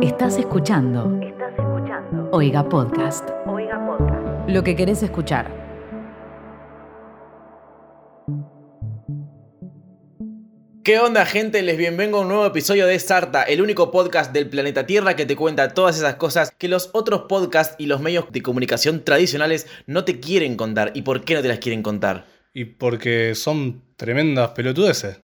Estás escuchando Estás escuchando Oiga Podcast. Oiga Podcast. Lo que querés escuchar. ¿Qué onda gente? Les bienvengo a un nuevo episodio de Sarta, el único podcast del planeta Tierra que te cuenta todas esas cosas que los otros podcasts y los medios de comunicación tradicionales no te quieren contar. ¿Y por qué no te las quieren contar? Y porque son tremendas pelotudeces.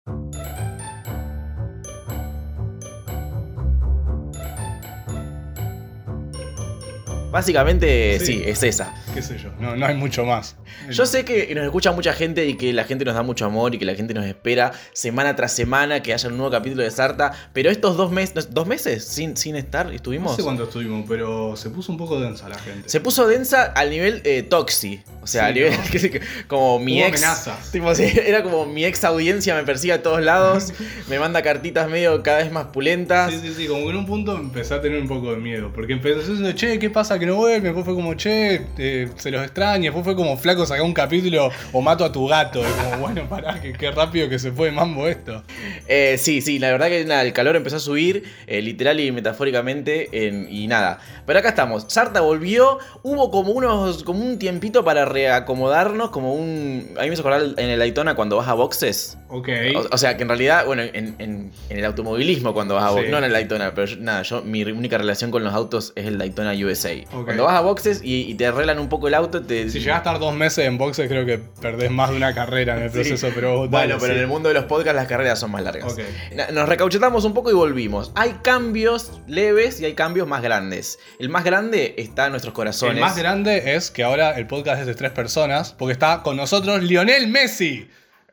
Básicamente, sí, Sí. es esa. Qué sé yo, no, no hay mucho más. Yo sé que nos escucha mucha gente y que la gente nos da mucho amor y que la gente nos espera semana tras semana que haya un nuevo capítulo de Sarta, pero estos dos meses, dos meses sin, sin estar, No estuvimos... sé cuánto estuvimos, pero se puso un poco densa la gente. Se puso densa al nivel eh, Toxi. O sea, Este, Sí, al nivel ¿no? que- que- como mi Hubo ex. amenazas. tipo, sí, era como mi ex audiencia me persigue a todos lados. me manda cartitas medio cada vez más pulentas. Sí, sí, sí, como que en un punto empecé a tener un poco de miedo. Porque empecé diciendo, che, ¿qué pasa que no vuelve? Después fue como, che, eh, se los extraña. Después fue como, flaco, saca un capítulo o mato a tu gato. Y como, bueno, pará, que qué rápido que se fue mambo esto. Eh, sí, sí, la verdad que nada, el calor empezó a subir, eh, literal y metafóricamente, en- y nada. Pero acá estamos, Sarta volvió, hubo como unos, como un tiempito para reacomodarnos, como un... A mí me hizo acordar en el Aitona cuando vas a boxes. Ok. O, o sea, que en realidad, bueno, en, en- en el automovilismo cuando vas a boxes, Sí. no en el Daytona, pero yo- nada, yo mi única relación con los autos es el Daytona USA. Ok. Cuando vas a boxes y, y te arreglan un poco el auto, te... Si llegas a estar dos meses en boxes, creo que perdés más de una carrera en el Sí. proceso, pero vos Bueno, dale, pero sí. en el mundo de los podcasts las carreras son más largas. Ok. Na- Nos recauchetamos un poco y volvimos. Hay cambios leves y hay cambios más grandes. El más grande está en nuestros corazones. El más grande es que ahora el podcast es de tres personas, porque está con nosotros Lionel Messi.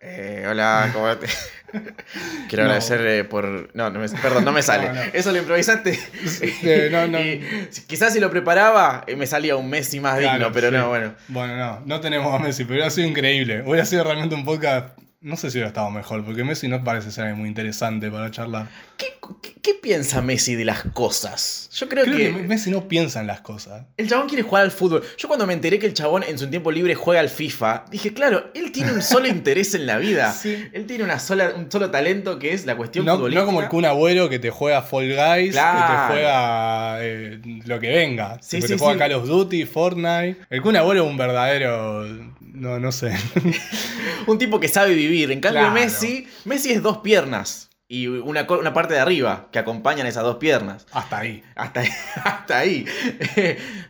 Eh, hola, ¿cómo te- Quiero No. agradecer eh, por. No, no me... perdón, no me sale. No, no. Eso lo improvisaste. Eh, no, no. Y quizás si lo preparaba, eh, me salía un Messi más digno, Claro, pero sí. no, bueno. Bueno, no, no tenemos a Messi, pero hubiera sido increíble. Hubiera sido realmente un podcast. No sé si hubiera estado mejor, porque Messi no parece ser alguien muy interesante para charlar. ¿Qué, qué- qué piensa Messi de las cosas? Yo creo, Creo que que. Messi no piensa en las cosas. El chabón quiere jugar al fútbol. Yo cuando me enteré que el chabón en su tiempo libre juega al FIFA, dije, claro, él tiene un solo interés en la vida. Sí. Él tiene una sola, un solo talento que es la cuestión No, futbolística. no como el Kun Agüero que te juega Fall Guys, que Claro. te juega eh, lo que venga. Sí, que sí, te juega sí. Call of Duty, Fortnite. El Kun Agüero es un verdadero. No, no sé. Un tipo que sabe vivir. En cambio, Claro. Messi, Messi es dos piernas y una, co- una parte de arriba que acompañan esas dos piernas. Hasta ahí. Hasta, hasta ahí.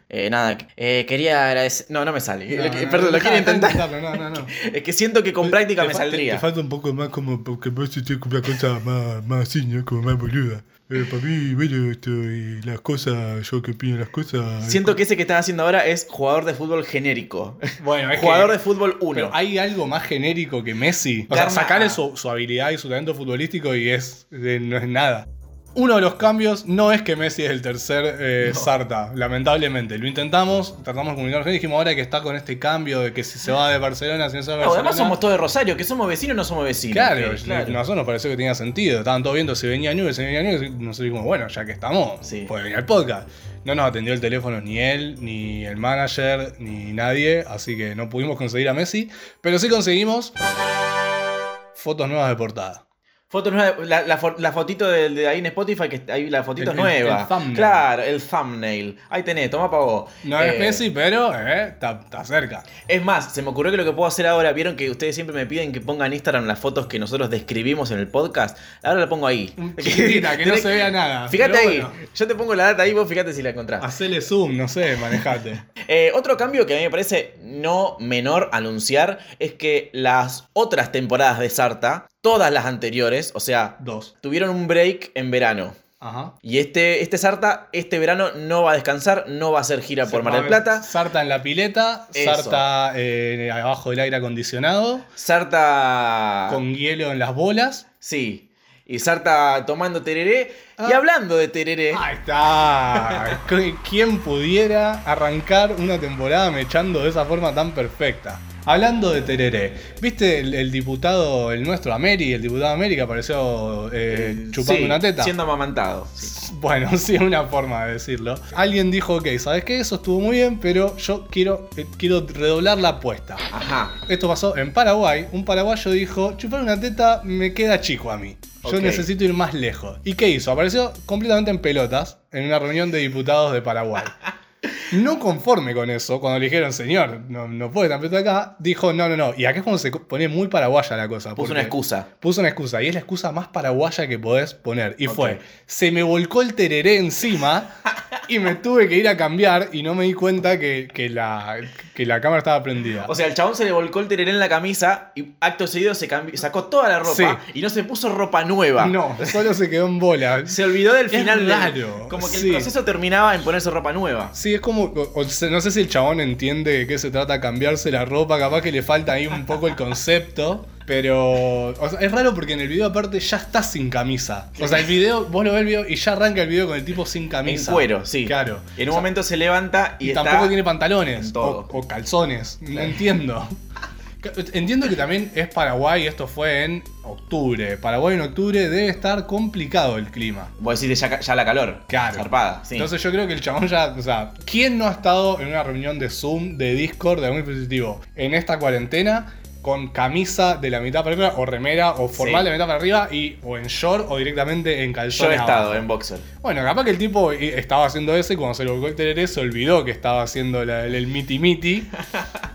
Eh, nada, eh, quería agradecer. No, no me sale. No, Lo que- no, Eh, perdón, no, lo dejá- quiero dejá de intentar. intentarlo, No, no, no. Es que siento que con práctica Te me falta- saldría. Te falta un poco más como porque Messi tiene una cosa más, más así, ¿no? Como más boluda. Eh, para mí, bueno, esto, y las cosas, yo que opino las cosas. Siento que ese que están haciendo ahora es jugador de fútbol genérico. Bueno, es jugador que- de fútbol 1. Pero hay algo más genérico que Messi. O Karma. sea, sacarle su, su habilidad y su talento futbolístico y es eh, no es nada. Uno de los cambios no es que Messi es el tercer eh, Sarta, lamentablemente. Lo intentamos, tratamos de comunicarnos y dijimos ahora que está con este cambio de que si se va de Barcelona, si no se va de No, Barcelona. además somos todos de Rosario, que somos vecinos o no somos vecinos. Claro, Eh, claro. a nosotros nos pareció que tenía sentido. Estaban todos viendo si venía Nubes, si venía Nubes. y Nosotros dijimos, bueno, ya que estamos, Sí. puede venir al podcast. No nos atendió el teléfono ni él, ni el manager, ni nadie. Así que no pudimos conseguir a Messi. Pero sí conseguimos fotos nuevas de portada. Fotos nuevas, la, la fo- la fotito de, de ahí en Spotify, que ahí la fotito El- es el- el nueva. thumbnail. claro, el thumbnail. Ahí tenés, toma pa' vos. No Eh, es Messi, pero eh, está, está cerca. Es más, se me ocurrió que lo que puedo hacer ahora, vieron que ustedes siempre me piden que ponga en Instagram las fotos que nosotros describimos en el podcast. Ahora la pongo ahí. Chiquitita, que no Tenés- se vea nada. Fíjate pero ahí, bueno, Ah. yo te pongo la data ahí, vos fíjate si la encontrás. hacele zoom, no sé, manejate. Eh, otro cambio que a mí me parece no menor anunciar es que las otras temporadas de Sarta, todas las anteriores, o sea, Dos. tuvieron un break en verano. Ajá. Y este, este Sarta, este verano no va a descansar, no va a hacer gira por Mar del Plata. Sarta en la pileta, Eso. Sarta eh, abajo del aire acondicionado. Sarta. con hielo en las bolas. Sí. Y Sarta tomando tereré. Y Ah. hablando de tereré. Ahí está. Qu- ¿Quién pudiera arrancar una temporada mechando de esa forma tan perfecta? Hablando de Tereré, ¿viste el, el diputado, el nuestro, Ameri, el diputado América apareció eh, eh, chupando sí, una teta? Siendo amamantado. Sí. Bueno, sí, una forma de decirlo. Alguien dijo, ok, ¿sabes qué? Eso estuvo muy bien, pero yo quiero, eh, quiero redoblar la apuesta. Ajá. Esto pasó en Paraguay. Un paraguayo dijo, chupar una teta me queda chico a mí. Yo Ok. necesito ir más lejos. ¿Y qué hizo? Apareció completamente en pelotas en una reunión de diputados de Paraguay. No conforme con eso, cuando le dijeron, señor, no, no puede tan pelotas acá, dijo, no, no, no. Y acá es cuando se co- pone muy paraguaya la cosa. Puso porque una excusa. Puso una excusa, y es la excusa más paraguaya que podés poner. Y Ok. fue, se me volcó el tereré encima y me tuve que ir a cambiar y no me di cuenta que, que la, que la cámara estaba prendida. O sea, el chabón se le volcó el tereré en la camisa y acto seguido se cambió, sacó toda la ropa Sí. y no se puso ropa nueva. no, solo se quedó en bola. Se olvidó del Es final del- raro, Como que sí. el proceso terminaba en ponerse ropa nueva. Sí, es como. o- o sea, no sé si el chabón entiende de qué se trata cambiarse la ropa, capaz que le falta ahí un poco el concepto. Pero. o sea, es raro porque en el video, aparte, ya está sin camisa. O sea, el video, vos lo ves el video y ya arranca el video con el tipo sin En camisa. cuero, sí. Claro. En un O sea, momento se levanta y, Y está- tampoco tiene pantalones en todo. O, o calzones. No entiendo. Entiendo que también es Paraguay, esto fue en octubre. Paraguay en octubre debe estar complicado el clima. Vos decís ya, ca- ya la calor. Claro. Zarpada, sí. Entonces yo creo que el chabón ya, o sea, ¿quién no ha estado en una reunión de Zoom, de Discord, de algún dispositivo en esta cuarentena con camisa de la mitad para arriba o remera o formal Sí. de la mitad para arriba y o en short o directamente en calzón? yo he abajo? estado eh. en boxer. Bueno, capaz que el tipo eh, estaba haciendo eso y cuando se lo volcó el tereré se olvidó que estaba haciendo la- el, el miti miti.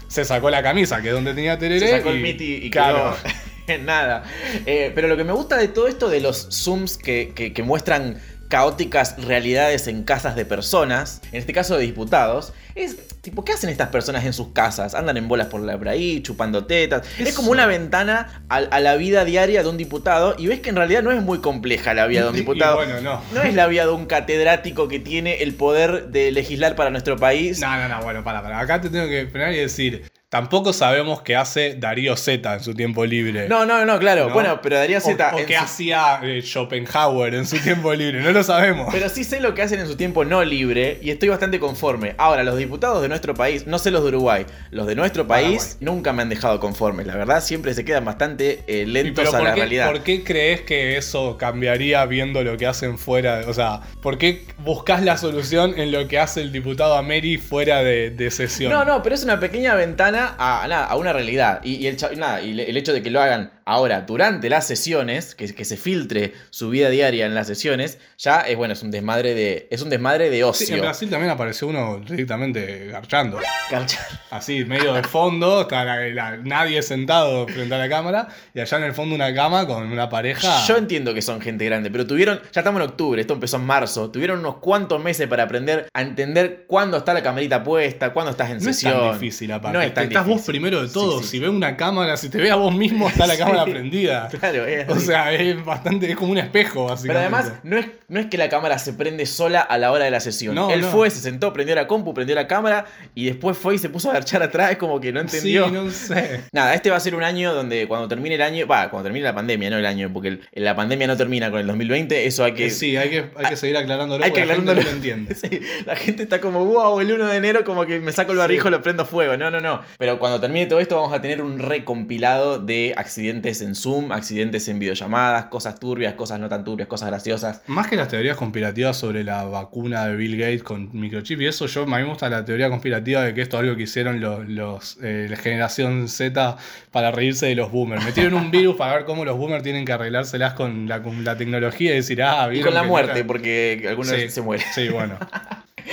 se sacó la camisa, que es donde tenía tereré. Se sacó el y- miti y claro. quedó en nada. Eh, pero lo que me gusta de todo esto de los zooms que, que- que muestran caóticas realidades en casas de personas, en este caso de diputados, es tipo, ¿qué hacen estas personas en sus casas? Andan en bolas por la por ahí, chupando tetas. Es Eso. como una ventana a, a la vida diaria de un diputado y ves que en realidad no es muy compleja la vida de un Y- y diputado. bueno, no. No es la vida de un catedrático que tiene el poder de legislar para nuestro país. No, no, no, bueno, para, para. Acá te tengo que frenar y decir, tampoco sabemos qué hace Darío Z en su tiempo libre. No, no, no, claro. ¿no? Bueno, pero Daría Z. O, o en qué su- hacía eh, Schopenhauer en su tiempo libre, no lo sabemos. Pero sí sé lo que hacen en su tiempo no libre y estoy bastante conforme. Ahora, los diputados de nuestro país, no sé los de Uruguay, los de nuestro país nunca me han dejado conformes. La verdad, siempre se quedan bastante Y eh, pero lentos a ¿por la qué- realidad. ¿Por qué crees que eso cambiaría viendo lo que hacen fuera? de- O sea, ¿por qué buscas la solución en lo que hace el diputado Ameri fuera de, de sesión? No, no, pero es una pequeña ventana a, nada, a una realidad. Y, y el, cha- nada, y le- el hecho de que lo hagan ahora, durante las sesiones, que, que se filtre su vida diaria en las sesiones, ya es bueno, es un desmadre de. Es un desmadre de Sí, ocio. en Brasil también apareció uno directamente garchando. Carcha- Así, medio de fondo, está la- la- nadie sentado frente a la cámara, y allá en el fondo una cama con una pareja. Yo entiendo que son gente grande, pero tuvieron, ya estamos en octubre, esto empezó en marzo, tuvieron unos cuantos meses para aprender a entender cuándo está la camarita puesta, cuándo estás en No es sesión. tan difícil aparte. No es tan estás vos difícil. primero de todo. Sí, sí. Si ve una cámara, si te ve a vos mismo, está la cámara prendida. Claro, es O así. sea, es bastante, es como un espejo, Pero básicamente. además, no es, no es que la cámara se prende sola a la hora de la sesión. No, Él no. fue, se sentó, prendió la compu, prendió la cámara y después fue y se puso a garchar atrás, es como que no Sí, entendió. no sé. Nada, este va a ser un año donde cuando termine el año, va, cuando termine la pandemia, no el año, porque el- la pandemia no termina con el 2020, eso hay que... Que sí, hay que, hay que seguir aclarándolo. Hay que porque la gente aclarándolo. no lo entiende. Sí, la gente está como, wow, el 1 de enero como que me saco el barrijo y lo prendo fuego. No, no, no. Pero cuando termine todo esto vamos a tener un recompilado de accidentes en Zoom, accidentes en videollamadas, cosas turbias, cosas no tan turbias, cosas graciosas. Más que las teorías conspirativas sobre la vacuna de Bill Gates con microchip y eso, yo a mí me gusta la teoría conspirativa de que esto es algo que hicieron los, los, eh, la generación Z para reírse de los boomers. Metieron un virus para ver cómo los boomers tienen que arreglárselas con la, con la tecnología y decir, ah, Y vieron con la que muerte, nunca- porque algunos Sí, se mueren. Sí, bueno.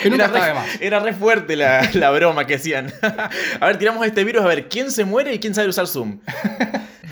Que nunca Era está de re, más. era re fuerte la, la broma que hacían. A ver, tiramos este virus a ver quién se muere y quién sabe usar Zoom.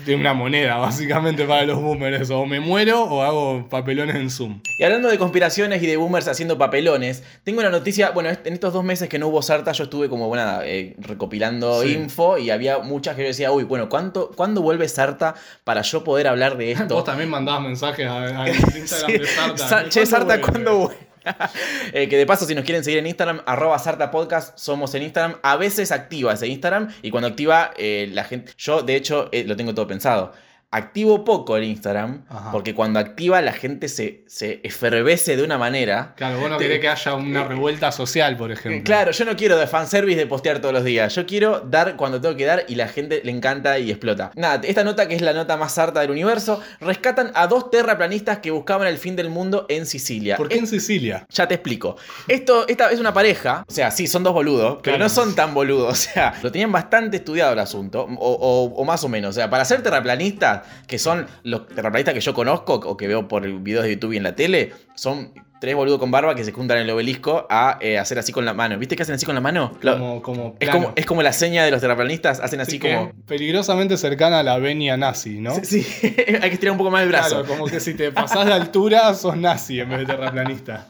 Tiene una moneda, básicamente, para los boomers. O me muero o hago papelones en Zoom. Y hablando de conspiraciones y de boomers haciendo papelones, tengo una noticia, bueno, est- en estos dos meses que no hubo Sarta, yo estuve como, bueno, nada, eh, recopilando Sí. info y había muchas que yo decía, uy, bueno, ¿cuánto, ¿cuándo vuelve Sarta para yo poder hablar de Vos esto? también mandabas mensajes a, a Instagram Sí. de Sarta. Sa- che, Sarta, vuelve? ¿cuándo vuelve? Eh, que de paso, si nos quieren seguir en Instagram, arroba Sarta Podcast, somos en Instagram. A veces activa ese Instagram y cuando activa eh, la gente. Yo, de hecho, eh, lo tengo todo pensado. Activo poco el Instagram, Ajá. porque cuando activa la gente se, se efervece de una manera. Claro, vos no querés que haya una revuelta social, por ejemplo. eh, Claro, yo no quiero de fanservice de postear todos los días. Yo quiero dar cuando tengo que dar y la gente le encanta y explota. Nada, esta nota que es la nota más harta del universo, rescatan a dos terraplanistas que buscaban el fin del mundo en Sicilia. ¿Por qué en Sicilia? Ya te explico. Esto, esta es una pareja. O sea, sí, son dos boludos, pero Claro. no son tan boludos. O sea, lo tenían bastante estudiado el asunto. O, o- o más o menos. O sea, para ser terraplanistas, terraplanistas, que son los terraplanistas que yo conozco o que veo por videos de YouTube y en la tele, son tres boludos con barba que se juntan en el obelisco a eh, hacer así con la mano. ¿Viste que hacen así con la mano? Lo- Como, como es, plano. como, es como la seña de los terraplanistas, hacen así Sí, que como... es Peligrosamente cercana a la venia nazi, ¿no? Sí, sí, hay que estirar un poco más el brazo. Claro, como que si te pasás de altura sos nazi en vez de terraplanista.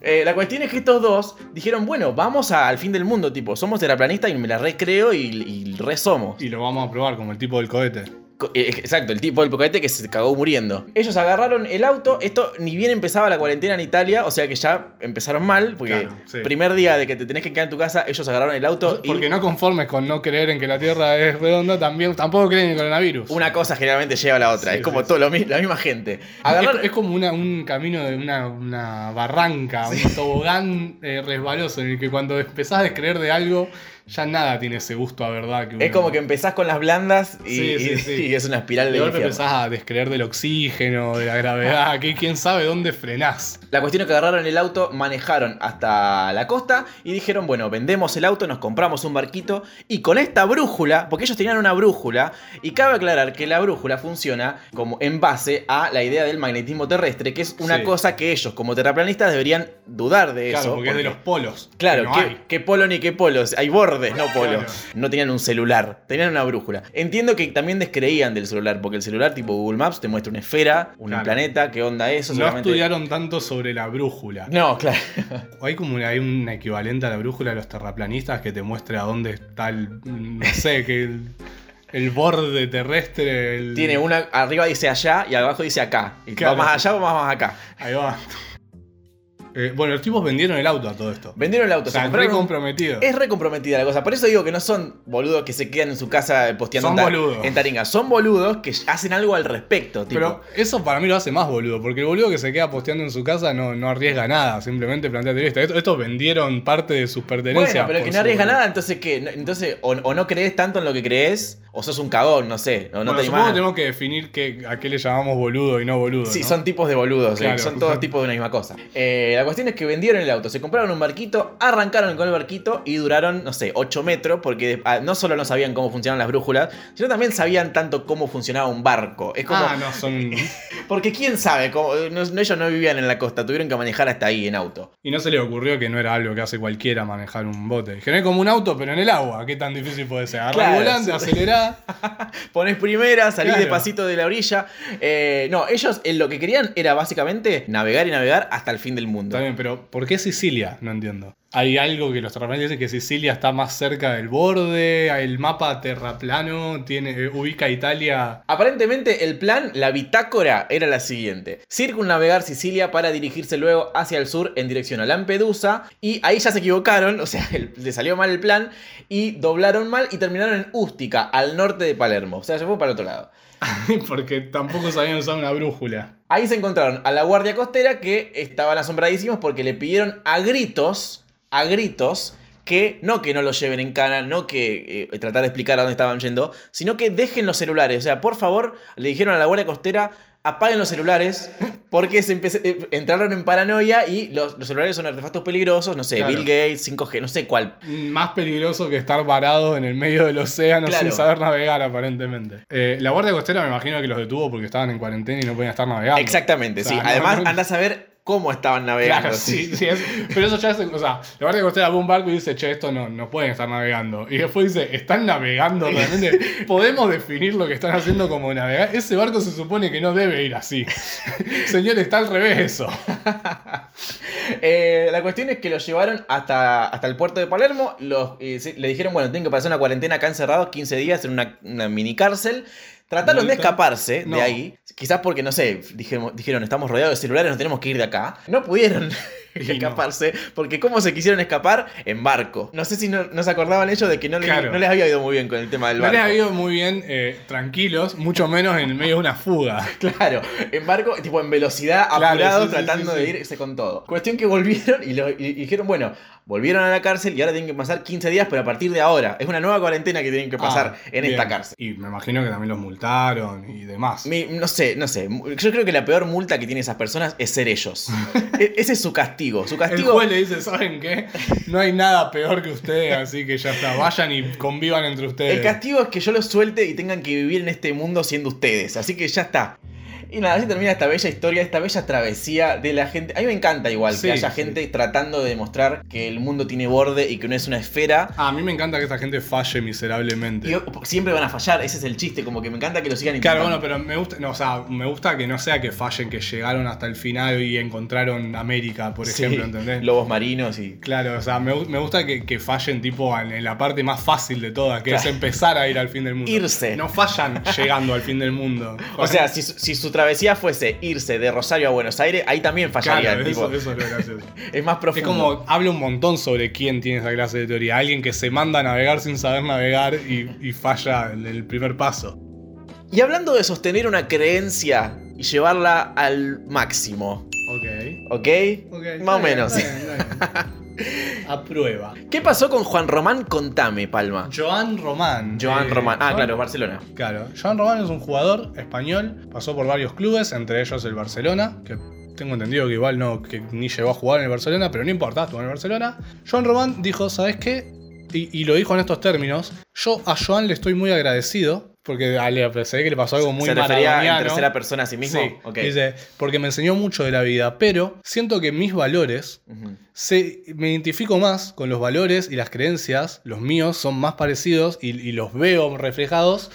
Eh, la cuestión es que estos dos dijeron, bueno, vamos a- al fin del mundo, tipo, somos terraplanistas y me la recreo y, y re somos. Y lo vamos a probar como el tipo del cohete. Co- eh, Exacto, el tipo del pocadete que se cagó muriendo. Ellos agarraron el auto, esto ni bien empezaba la cuarentena en Italia, o sea que ya empezaron mal, porque Claro, sí. primer día de que te tenés que quedar en tu casa, ellos agarraron el auto y... Porque no conformes con no creer en que la Tierra es redonda, también tampoco creen en el coronavirus. Una cosa generalmente lleva a la otra, Sí, es como sí, todo lo mi- la misma gente. Es, Agarraron, es como una- un camino de una, una barranca, un tobogán eh, resbaloso, en el que cuando empezás a descreer de algo, ya nada tiene ese gusto a verdad. Que es uno- como que empezás con las blandas y, Sí, sí, y- sí. y es una espiral de de... golpe infierno. Ah. empezás a descreer del oxígeno, de la gravedad, que quién sabe dónde frenás. La cuestión es que agarraron el auto, manejaron hasta la costa y dijeron, bueno, vendemos el auto, nos compramos un barquito y con esta brújula, porque ellos tenían una brújula, y cabe aclarar que la brújula funciona como en base a la idea del magnetismo terrestre, que es una Sí. cosa que ellos como terraplanistas deberían dudar de claro, eso. porque, es de los polos. Claro, que no ¿qué, hay. qué polo ni qué polos? Hay bordes, no polo. Claro. No tenían un celular, tenían una brújula. Entiendo que también descreían del celular, porque el celular tipo Google Maps te muestra una esfera, un Claro. planeta, qué onda eso. No seguramente- estudiaron tanto sobre la brújula. No, claro. Hay como una, hay un equivalente a la brújula de los terraplanistas que te muestra dónde está el. No sé, que el, el borde terrestre. el- Tiene una arriba dice allá y abajo dice acá. Y Claro. va más allá o más, más acá. Ahí va. Eh, bueno, los tipos vendieron el auto a todo esto. Vendieron el auto, o se sea, compraron re un- comprometido. Es re comprometida la cosa. Por eso digo que no son boludos que se quedan en su casa posteando Son en, ta- boludos. en Taringa. Son boludos que hacen algo al respecto. Tipo. Pero eso para mí lo hace más boludo, porque el boludo que se queda posteando en su casa no, no arriesga nada, simplemente plantea entrevista. Esto- Estos, vendieron parte de sus pertenencias. bueno, pero el por que su- no arriesga nada, entonces ¿qué? No- Entonces, o, o no crees tanto en lo que crees, o sos un cagón, no sé. O no Bueno, te supongo animás. que tenemos que definir qué- a qué le llamamos boludo y no boludo. Sí, ¿no? son tipos de boludos, eh, Claro. pues son todos tipos de una misma cosa. Eh, la cuestión es que vendieron el auto, se compraron un barquito, arrancaron con el barquito y duraron, no sé, 8 metros, porque ah, no solo no sabían cómo funcionaban las brújulas, sino también sabían tanto cómo funcionaba un barco. Es como, Ah, no, son. porque quién sabe, cómo- no- no- ellos no vivían en la costa, tuvieron que manejar hasta ahí en auto. Y no se le ocurrió que no era algo que hace cualquiera manejar un bote. Dijeron, es como un auto, pero en el agua. ¿Qué tan difícil puede ser? Agarrá Claro, el volante, sí. acelerá. Ponés primera, salís Claro. despacito de la orilla. Eh, no, ellos eh, lo que querían era básicamente navegar y navegar hasta el fin del mundo. Está bien, pero ¿por qué Sicilia? No entiendo. Hay algo que los terraplanistas dicen que Sicilia está más cerca del borde, el mapa terraplano tiene, eh, ubica a Italia. Aparentemente el plan, la bitácora, era la siguiente. Circunnavegar Sicilia para dirigirse luego hacia el sur en dirección a Lampedusa. Y ahí ya se equivocaron, o sea, el- le salió mal el plan. Y doblaron mal y terminaron en Ústica, al norte de Palermo. O sea, se fue para el otro lado. Porque tampoco sabían usar una brújula. Ahí se encontraron a la guardia costera que estaban asombradísimos porque le pidieron a gritos, a gritos, que no que no los lleven en cana, no que eh, tratar de explicar a dónde estaban yendo, sino que dejen los celulares. O sea, por favor, le dijeron a la guardia costera, apaguen los celulares porque se empe- eh, entraron en paranoia y los, los celulares son artefactos peligrosos, no sé, Claro. Bill Gates, 5G, no sé cuál Más peligroso que estar varado en el medio del océano Claro. sin saber navegar, aparentemente. Eh, la Guardia Costera me imagino que los detuvo porque estaban en cuarentena y no podían estar navegando. Exactamente, O sea, sí. no- Además, no- andás a ver cómo estaban navegando. Claro, sí, sí, es- pero eso ya es. O sea, la Guardia Costera ve un barco y dice, che, esto no, no pueden estar navegando. Y después dice, ¿están navegando realmente? ¿Podemos definir lo que están haciendo como navegar? Ese barco se supone que no debe ir así. Señor, está al revés eso. Eh, la cuestión es que los llevaron hasta, hasta el puerto de Palermo. Los, eh, se- le dijeron, bueno, tienen que pasar una cuarentena acá encerrados 15 días en una, una mini cárcel. Trataron de Multa. escaparse No. de ahí. Quizás porque, no sé, dijemo- dijeron, estamos rodeados de celulares, nos tenemos que ir de acá. No pudieron Y no. escaparse, porque cómo se quisieron escapar en barco. No sé si no, no se acordaban ellos de que no, les- Claro. no les había ido muy bien con el tema del No barco. les ha ido muy bien eh, tranquilos, mucho menos en el medio de una fuga. Claro, en barco, tipo en velocidad, Claro, apurado, sí, sí, tratando sí, sí. de irse con todo. Cuestión que volvieron y, lo- y- y dijeron, bueno, volvieron a la cárcel y ahora tienen que pasar 15 días, pero a partir de ahora. Es una nueva cuarentena que tienen que pasar Ah, en bien. esta cárcel. Y me imagino que también los multaron y demás. Mi- no sé, no sé. Yo creo que la peor multa que tienen esas personas es ser ellos. E- ese es su castigo. Su El castigo. juez le dice, ¿saben qué? No hay nada peor que ustedes, así que ya está. Vayan y convivan entre ustedes. El castigo es que yo los suelte y tengan que vivir en este mundo siendo ustedes. Así que ya está. Y nada, así termina esta bella historia, esta bella travesía de la gente. A mí me encanta igual Sí, que haya sí. gente tratando de demostrar que el mundo tiene borde y que no es una esfera. Ah, A mí me encanta que esta gente falle miserablemente. Y o- siempre van a fallar, ese es el chiste, como que me encanta que lo sigan Claro, intentando. bueno, pero me gusta, no, o sea, me gusta que no sea que fallen, que llegaron hasta el final y encontraron América, por Sí, ejemplo, ¿entendés? Lobos marinos y... Claro, o sea, me, gu- me gusta que, que fallen tipo en, en la parte más fácil de todas, que Claro. es empezar a ir al fin del mundo. Irse. No fallan llegando al fin del mundo. O sea, si, su- si su travesía fuese irse de Rosario a Buenos Aires, ahí también fallaría. claro, tipo, eso, eso es lo gracioso. Es más Es profundo. como, habla un montón sobre quién tiene esa clase de teoría. Alguien que se manda a navegar sin saber navegar y, y falla en el primer paso. Y hablando de sostener una creencia y llevarla al máximo, Ok. ¿ok? más o menos. A prueba. ¿Qué pasó con Juan Román? Contame, Palma. Joan Román. Joan Eh, Román. Ah, Joan- claro, Barcelona. Claro, Joan Román es un jugador español, pasó por varios clubes, entre ellos el Barcelona, que tengo entendido que igual no, que ni llegó a jugar en el Barcelona, pero no importa, estuvo en el Barcelona. Joan Román dijo, ¿sabes qué? Y, y lo dijo en estos términos, yo a Joan le estoy muy agradecido, porque a- le pensé que le pasó algo muy ¿Se refería en maradoniano. tercera persona a sí mismo? Sí, Ok. dice, porque me enseñó mucho de la vida, pero siento que mis valores Ujú. se- me identifico más con los valores y las creencias, los míos son más parecidos y, y los veo reflejados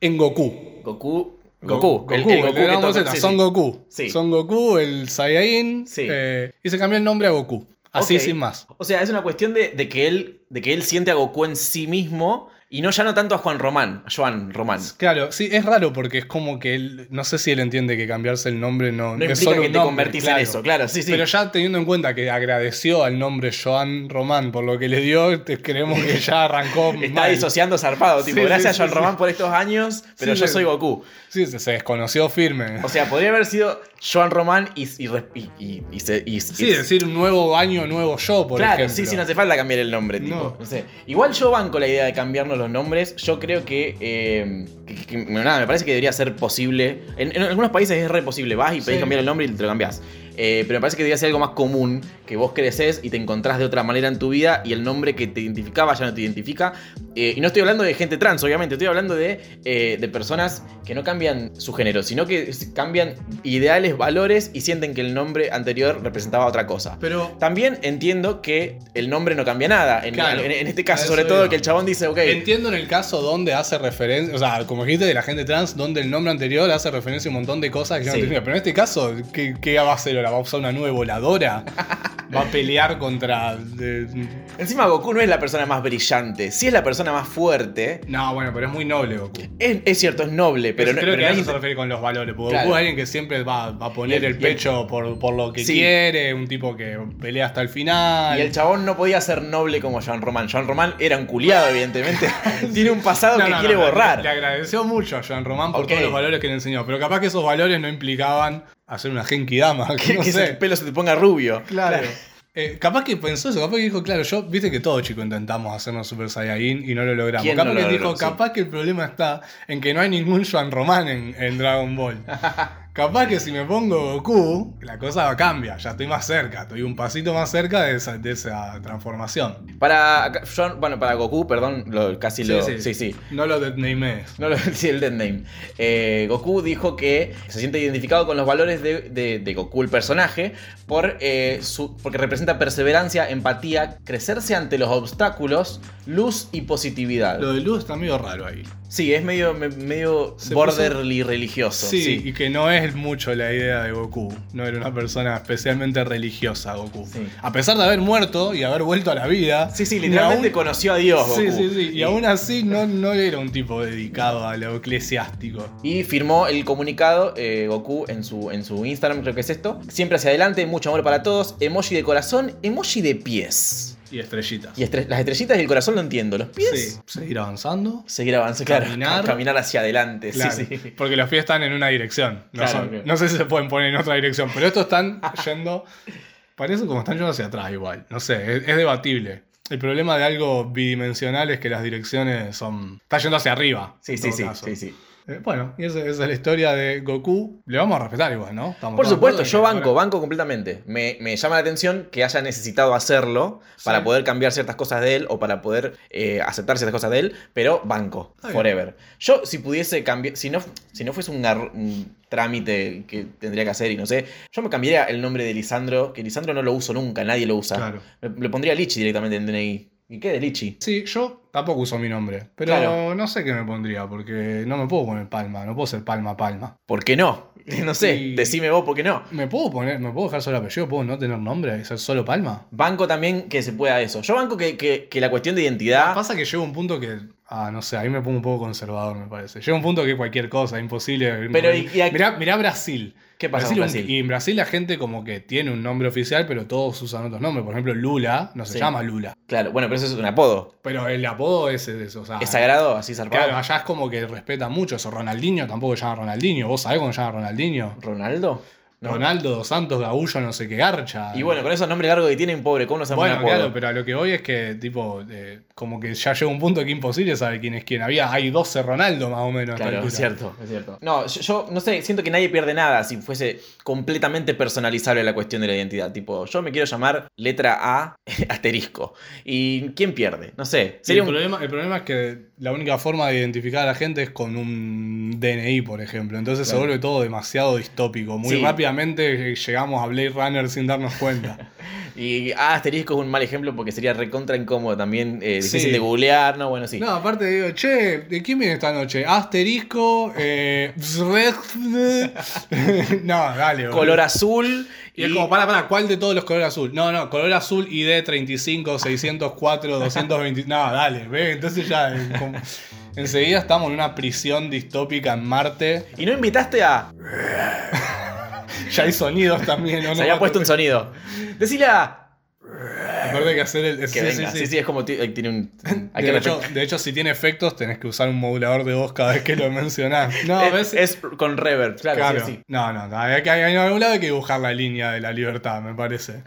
en Goku. Goku. Go- Goku. Goku, el de Dragon Ball toca- Z, sí, Son sí. Goku. Sí. Son Goku, el Saiyajin. Sí. eh, y se cambió el nombre a Goku. Así Ok. sin más. O sea, es una cuestión de, de que él, de que él siente a Goku en sí mismo y no ya no tanto a Juan Román, a Joan Román. Claro, sí, es raro porque es como que él. No sé si él entiende que cambiarse el nombre no, No es implica solo que un te nombre, convertís claro. en eso, claro, sí, sí. Pero ya teniendo en cuenta que agradeció al nombre Joan Román por lo que le dio, te- creemos que ya arrancó. Está mal. disociando zarpado, tipo, Sí, sí, gracias sí, Joan sí. Román por estos años, pero Sí, yo sí. soy Goku. Sí, se, se desconoció firme. O sea, podría haber sido Joan Román y, y, re- y, y- y se- y- Sí, y- decir un nuevo año, nuevo yo, por claro, ejemplo. sí, sí, no hace falta cambiar el nombre, tipo. No. No. sé. Igual yo banco la idea de cambiarnos los nombres. Yo creo que. eh, que- que- que- nada, me parece que debería ser posible. En, en algunos países es re posible. Vas y pedís Sí. cambiar el nombre y te lo cambiás. Eh, pero me parece que debería ser algo más común, que vos creces y te encontrás de otra manera en tu vida y el nombre que te identificaba ya no te identifica. Eh, y no estoy hablando de gente trans, obviamente, estoy hablando de, eh, de personas que no cambian su género, sino que s- cambian ideales, valores y sienten que el nombre anterior representaba otra cosa. Pero También entiendo que el nombre no cambia nada. En, Claro. en- en este A caso, eso sobre todo iba. que el chabón dice, ok, entiendo en el caso donde hace referencia, o sea, como dijiste de la gente trans, donde el nombre anterior hace referencia a un montón de cosas que yo Sí. no tenía. Pero en este caso, ¿qué, qué va a hacer ahora? ¿Va a usar una nube voladora? ¿Va a pelear contra.? eh, encima Goku no es la persona más brillante, sí es la persona más fuerte. No, bueno, pero es muy noble Goku. Es, es cierto, es noble, pero no, creo pero que a no eso es- se refiere con los valores. Porque Claro. Goku es alguien que siempre va, va a poner Y el el- y el- pecho por, por lo que Sí. quiere, un tipo que pelea hasta el final. Y el chabón no podía ser noble como Joan Román. Joan Román era un culiado, evidentemente. Tiene un pasado No, que no, quiere no, le- borrar. Le agradeció mucho a Joan Román por Ok. todos los valores que le enseñó, pero capaz que esos valores no implicaban hacer una Genki Dama, que, que no que sé. el pelo se te ponga rubio. Claro. Eh, capaz que pensó eso, capaz que dijo, claro, yo, viste que todos chicos intentamos hacernos Super Saiyajin y no lo logramos. ¿Quién Capaz no lo que logró? dijo, Sí. capaz que el problema está en que no hay ningún Joan Román en, en Dragon Ball. capaz que si me pongo Goku, la cosa cambia, ya estoy más cerca, estoy un pasito más cerca de esa, de esa transformación. Para Joan- bueno, para Goku, perdón, lo- casi lo. sí. sí. No lo detneimees. No lo sí, el dead name. Eh, Goku dijo que se siente identificado con los valores de, de- de Goku, el personaje, por, eh, su- porque representa perseverancia, empatía, crecerse ante los obstáculos, luz y positividad. Lo de luz está medio raro ahí. Sí, es medio, me- medio Se borderly religioso. Sí, Sí. y que no es mucho la idea de Goku. No era una persona especialmente religiosa, Goku. Sí. A pesar de haber muerto y haber vuelto a la vida. Sí, sí, literalmente ni aún- conoció a Dios. Goku. Sí, sí, sí. Y aún así no, no era un tipo dedicado a lo eclesiástico. Y firmó el comunicado eh, Goku en su, en su Instagram, creo que es esto. Siempre hacia adelante, mucho amor para todos. Emoji de corazón, emoji de pies. Y estrellitas. Y estre- las estrellitas y el corazón lo entiendo. Los pies. Sí. Seguir avanzando. Seguir avanzando, claro. Caminar. Caminar, hacia adelante, Claro, sí, sí. Porque los pies están en una dirección. No, Claro, son- claro. no sé si se pueden poner en otra dirección, pero estos están yendo. Parece como están yendo hacia atrás igual. No sé, es, es debatible. El problema de algo bidimensional es que las direcciones son. Está yendo hacia arriba. Sí, en sí, todo sí, caso. sí, sí. Eh, bueno, y esa, esa es la historia de Goku. Le vamos a respetar igual, ¿no? Estamos Por todos supuesto, de acuerdo en yo que banco, ahora- banco completamente. Me, me llama la atención que haya necesitado hacerlo para Sí. poder cambiar ciertas cosas de él o para poder eh, aceptar ciertas cosas de él, pero banco, Está bien. forever. Yo, si pudiese cambiar, si no, si no fuese un, gar- un trámite que tendría que hacer y no sé, yo me cambiaría el nombre de Lisandro, que Lisandro no lo uso nunca, nadie lo usa. Claro. Le le pondría Lichi directamente en DNI. ¿Y qué de Lichi? Sí, yo tampoco uso mi nombre. Pero Claro. no sé qué me pondría, porque no me puedo poner palma, no puedo ser palma palma. ¿Por qué no? No sé, Y- decime vos por qué no. ¿Me puedo poner, me puedo dejar solo apellido? ¿Puedo no tener nombre y ser solo palma? Banco también que se pueda eso. Yo banco que, que- que la cuestión de identidad. Pasa que llega un punto que. Ah, no sé, ahí me pongo un poco conservador, me parece. Llega un punto que cualquier cosa, imposible. Pero, ¿y- y a- mirá, mirá Brasil. ¿Qué pasa con Brasil? Y en Brasil la gente como que tiene un nombre oficial, pero todos usan otros nombres. Por ejemplo, Lula no se Sí. llama Lula. Claro, bueno, pero eso es un apodo. Pero el apodo es eso. O sea, Es sagrado, así zarpado. Ah, Claro, allá es como que respetan mucho eso. Ronaldinho tampoco se llama Ronaldinho. ¿Vos sabés cómo se llama Ronaldinho? ¿Ronaldo? No. Ronaldo, Dos Santos, Gaullo, no sé qué garcha. Y bueno, con esos nombres largos que tienen, pobre, ¿cómo no saben Bueno, un apodo? claro, pero a lo que voy es que, tipo, eh, como que ya llega un punto que imposible saber quién es quién. Había, hay 12 Ronaldo más o menos. a esta Claro, altura. es cierto, es cierto. No, yo, yo no sé, siento que nadie pierde nada si fuese completamente personalizable la cuestión de la identidad. Tipo, yo me quiero llamar letra A asterisco. ¿Y quién pierde? No sé. Sí, el, Sería un... problema, el problema es que la única forma de identificar a la gente es con un DNI, por ejemplo. Entonces Claro. se vuelve todo demasiado distópico. Muy Sí. rápidamente eh, llegamos a Blade Runner sin darnos cuenta. Y A asterisco es un mal ejemplo porque sería recontra incómodo también, eh, Sí. difícil de googlear, ¿no? Bueno, sí. No, aparte digo, che, ¿de quién viene esta noche? Asterisco, eh, No, dale. boludo. Color azul Y es como, para, para, ¿cuál de todos los colores azul? No, no, color azul ID 35, 604, 220. No, dale, ve, entonces ya. eh, como- Enseguida estamos en una prisión distópica en Marte. y no invitaste a... Ya hay sonidos también. ¿no? Se había puesto un sonido. Decile a... Recuerda que hacer el. Que sí, venga. sí, Sí, sí, sí. es como ti- eh, tiene un. Hay que De hecho, respetar. de hecho, si tiene efectos, tenés que usar un modulador de voz cada vez que lo mencionás. No, a es, veces. es con reverb, claro, Claro. sí, sí. No, no, no, hay que, hay, en algún lado hay que dibujar la línea de la libertad, me parece.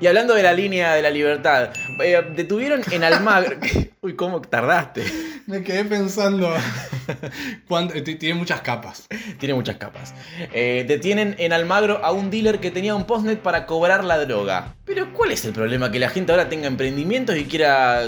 Y hablando de la línea de la libertad, eh, detuvieron en Almagro. Uy, cómo tardaste. Me quedé pensando. cuánto- t- tiene muchas capas. Tiene muchas capas. Eh, detienen en Almagro a un dealer que tenía un postnet para cobrar la droga. Pero ¿cuál es el problema? Que la gente ahora tenga emprendimientos y quiera.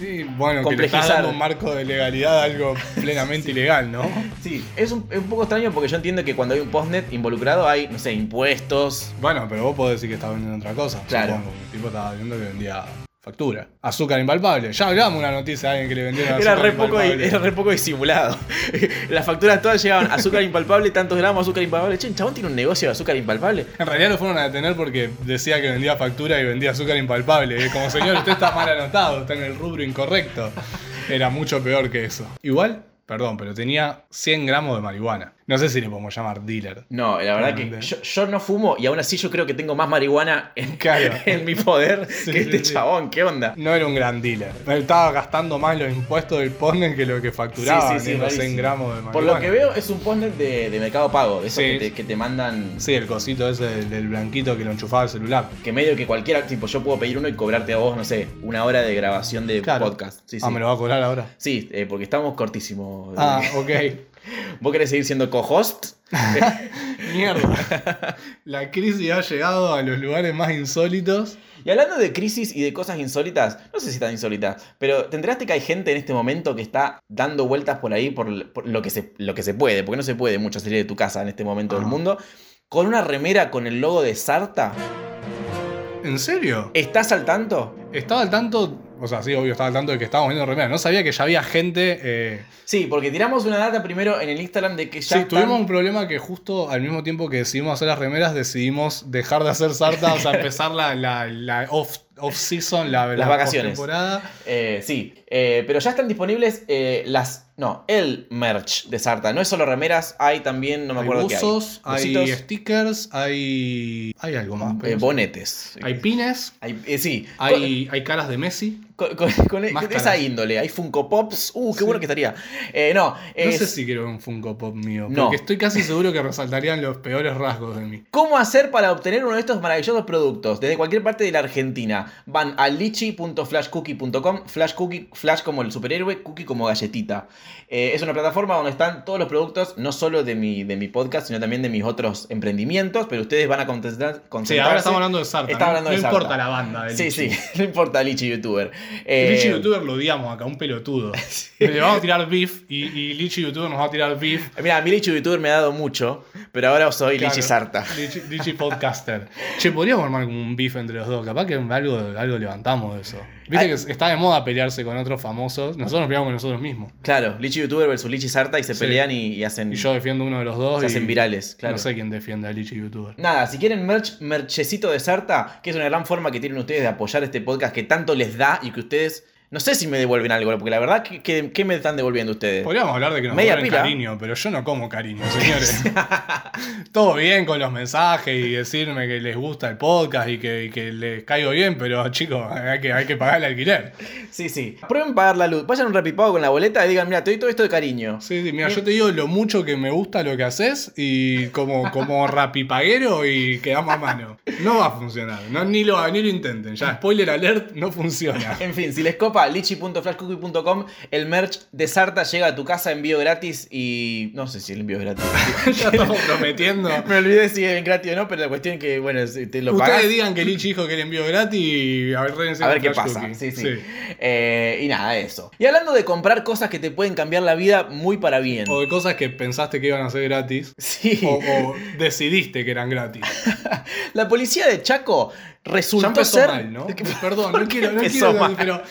Y bueno, que le estás Complejizar. dando un marco de legalidad a algo plenamente ilegal, ¿no? Sí, es un, es un poco extraño porque yo entiendo que cuando hay un postnet involucrado hay, no sé, impuestos. Bueno, pero vos podés decir que estás vendiendo otra cosa. Claro. supongo. El tipo estaba vendiendo que vendía factura. Azúcar impalpable. Ya hablamos una noticia a alguien que le vendieron Era Ah, azúcar re, poco, impalpable. era re poco disimulado. Las facturas todas llegaban azúcar impalpable, tantos gramos de azúcar impalpable. Che, el chabón tiene un negocio de azúcar impalpable. En realidad lo fueron a detener porque decía que vendía factura y vendía azúcar impalpable. Y es como, señor, usted está mal anotado, está en el rubro incorrecto. Era mucho peor que eso. Igual, perdón, pero tenía 100 gramos de marihuana. No sé si le podemos llamar dealer. No, la verdad que Grande. yo, yo no fumo y aún así yo creo que tengo más marihuana en, Claro. en mi poder que sí, este sí. chabón. ¿Qué onda? No era un gran dealer. Él estaba gastando más los impuestos del ponen que lo que facturaba Sí, sí, sí, en los 100 rarísimo. gramos de marihuana. Por lo que veo es un postnet de, de mercado pago, de esos Sí. que, te, que te mandan... Sí, el cosito ese del, del blanquito que lo enchufaba al celular. Que medio que cualquiera, tipo yo puedo pedir uno y cobrarte a vos, no sé, una hora de grabación de Claro. podcast. Sí, sí. Ah, me lo va a cobrar ahora. Sí, eh, porque estamos cortísimos. Ah, ok. ¿Vos querés seguir siendo co-host? Mierda. La crisis ha llegado a los lugares más insólitos. Y hablando de crisis y de cosas insólitas, no sé si tan insólitas, pero ¿te enteraste que hay gente en este momento que está dando vueltas por ahí por, por lo, que se, lo que se puede? Porque no se puede mucho salir de tu casa en este momento del Ajá. mundo. Con una remera con el logo de Sarta. ¿En serio? ¿Estás al tanto? Estaba al tanto, o sea, sí, obvio, estaba al tanto de que estábamos viendo remera. No sabía que ya había gente. eh, Sí, porque tiramos una data primero en el Instagram de que sí, ya. están- tuvimos un problema que justo al mismo tiempo que decidimos hacer las remeras, decidimos dejar de hacer sarta, o sea, empezar la, la- la off, season, la, la vacaciones. postemporada. Eh, sí, eh, pero ya están disponibles eh, las. No, el merch de Sarta. No es solo remeras, hay también, no me Hay acuerdo buzos, qué hay. hay, Bucitos, stickers, hay. Hay algo más. eh, pero- bonetes. hay pines, Hay- eh, sí, hay hay, hay caras de Messi. Con, con- con e- Máscaras. esa índole, hay Funko Pops. Uh, qué Sí. bueno que estaría. Eh, no, No es- sé si quiero un Funko Pop mío, No. porque estoy casi seguro que resaltarían los peores rasgos de mí. ¿Cómo hacer para obtener uno de estos maravillosos productos? Desde cualquier parte de la Argentina. Van a lichi.flashcookie.com. Flashcookie, flash como el superhéroe, cookie como galletita. Eh, es una plataforma donde están todos los productos, no solo de mi, de mi podcast, sino también de mis otros emprendimientos. Pero ustedes van a contestar. Sí, ahora estamos hablando de Sarta. Estamos ¿no? hablando de No Sarta. importa la banda del Sí, Lichi. sí, no importa Lichi YouTuber. Eh, Lichi Youtuber lo odiamos acá, un pelotudo. Le vamos a tirar beef y, y Lichi Youtuber nos va a tirar beef. Mira, mi Lichi YouTuber me ha dado mucho, pero ahora soy Claro. Lichi Sarta. Lichi, Lichi Podcaster. Che, podríamos armar como un beef entre los dos. Capaz que algo, algo levantamos de eso. Viste Ay. que está de moda pelearse con otros famosos. Nosotros nos peleamos con nosotros mismos. Claro, Lichi YouTuber versus Lichi Sarta y se Sí. pelean y, y hacen, Y yo defiendo uno de los dos. se y hacen virales. Claro. No sé quién defiende a Lichi Youtuber. Nada, si quieren merch, merchecito de Sarta, que es una gran forma que tienen ustedes de apoyar este podcast que tanto les da y que ustedes. No sé si me devuelven algo, porque la verdad, ¿qué, qué, qué me están devolviendo ustedes? Podríamos hablar de que nos Eh, Media cobren pila. cariño, pero yo no como cariño, señores. Todo bien con los mensajes y decirme que les gusta el podcast y que, y que les caigo bien, pero chicos, hay que, hay que pagar el alquiler. Sí, sí. Prueben pagar la luz. Vayan a un rapipago con la boleta y digan, mira, te doy todo esto de cariño. Sí, sí, mira, yo te digo lo mucho que me gusta lo que haces y como, como rapipaguero y quedamos a mano. No va a funcionar, no, ni, lo, ni lo intenten. Ya, spoiler alert, no funciona. En fin, si les copa, lichi.flashcookie.com, el merch de Sarta llega a tu casa, envío gratis y. No sé si el envío es gratis. ya estamos prometiendo. me olvidé si es gratis o no, pero la cuestión es que, bueno, si te lo pagas. Ustedes digan que Lichi dijo que le envío gratis y a ver, redense A ver con qué Flash pasa. Cookie. Sí, sí. Eh, y nada, eso. Y hablando de comprar cosas que te pueden cambiar la vida muy para bien. O de cosas que pensaste que iban a ser gratis. Sí. O, o decidiste que eran gratis. La policía de Chaco Ya resultó empezó ser. mal, ¿no? Perdón, no quiero, no empezó quiero mal? pero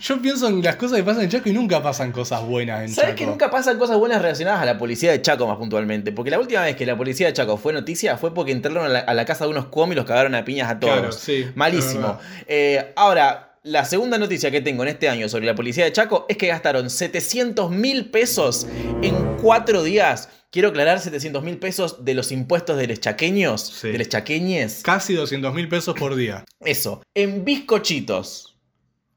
yo pienso en las cosas que pasan en Chaco y nunca pasan cosas buenas en ¿Sabes Chaco. que nunca pasan cosas buenas relacionadas a la policía de Chaco más puntualmente? Porque la última vez que la policía de Chaco fue noticia fue porque entraron a la, a la casa de unos cuom y los cagaron a piñas a todos. Claro, sí, es Malísimo. verdad. Eh, ahora, la segunda noticia que tengo en este año sobre la policía de Chaco es que gastaron 700 mil pesos en cuatro días. Quiero aclarar 700 mil pesos de los impuestos de los chaqueños, Sí. de los chaqueñes. Casi 200 mil pesos por día. Eso, en bizcochitos.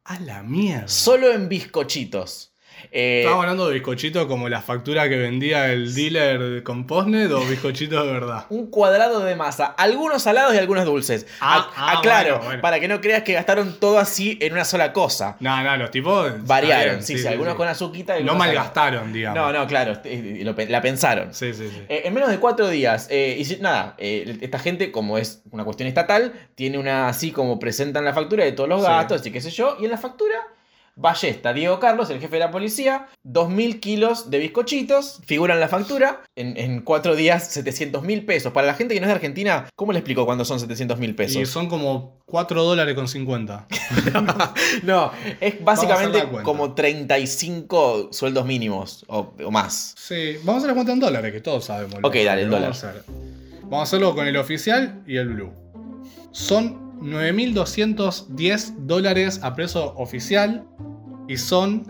A la mierda. Solo en bizcochitos. Eh, Estamos hablando de bizcochito como la factura que vendía el dealer con Posnet o bizcochito de verdad. un cuadrado de masa, algunos salados y algunos dulces. Ah, A- ah, aclaro, bueno, bueno. para que no creas que gastaron todo así en una sola cosa. No, no, los tipos. Variaron, sabían, sí, sí, algunos con azuquita y No algunos- malgastaron, digamos. No, no, claro, eh, lo pe- la pensaron. Sí, sí, sí. Eh, en menos de cuatro días, eh, y si- nada, eh, esta gente, como es una cuestión estatal, tiene una así como presentan la factura de todos los Sí. gastos y qué sé yo, y en la factura, Ballesta, Diego Carlos, el jefe de la policía, 2.000 kilos de bizcochitos, figura en la factura, en, en cuatro días, 700 mil pesos. Para la gente que no es de Argentina, ¿cómo le explico cuándo son 700 mil Y pesos? son como 4 dólares con 50. No, Vamos a es hacer básicamente la cuenta. como 35 sueldos mínimos o, o más. Sí, vamos a hacer la cuenta en dólares, que todos sabemos. lo Ok, que dale, en vamos a hacer. Vamos a hacerlo con el oficial y el blue. Son 9.210 dólares a precio oficial y son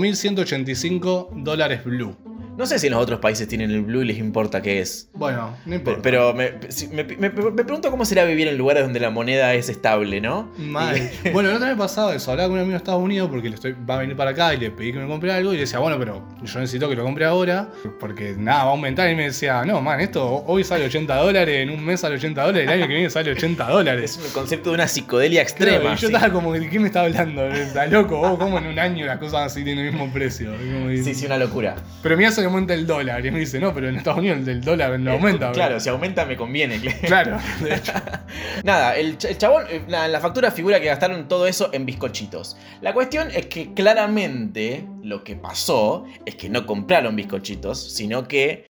5.185 dólares blue. No sé si en los otros países tienen el blue y les importa qué es. Bueno, no Pe- importa. Pero me, si- me- me- me pregunto cómo será vivir en lugares donde la moneda es estable, ¿no? Mal. eh, bueno, no te había pasado eso. Hablaba con un amigo de Estados Unidos porque le estoy, va a venir para acá y le pedí que me compre algo. Y le decía, bueno, pero yo necesito que lo compre ahora porque nada, va a aumentar. Y me decía, no, man, esto hoy sale 80 dólares, en un mes sale 80 dólares, el año que viene sale 80 Es dólares. un concepto de una psicodelia extrema. Y yo sí. estaba como, ¿de qué me está hablando? Está loco, vos, como en un año las cosas así tienen el mismo precio. Y como, y- Sí, sí, una locura. Pero mira, se le aumenta el dólar. Y me dice, no, pero en Estados Unidos el dólar no aumenta. Eh, Claro, si aumenta me conviene. claro. Claro, de hecho. Nada, el, ch- el chabón, eh, la- en la factura figura que gastaron todo eso en bizcochitos. La cuestión es que claramente lo que pasó es que no compraron bizcochitos, sino que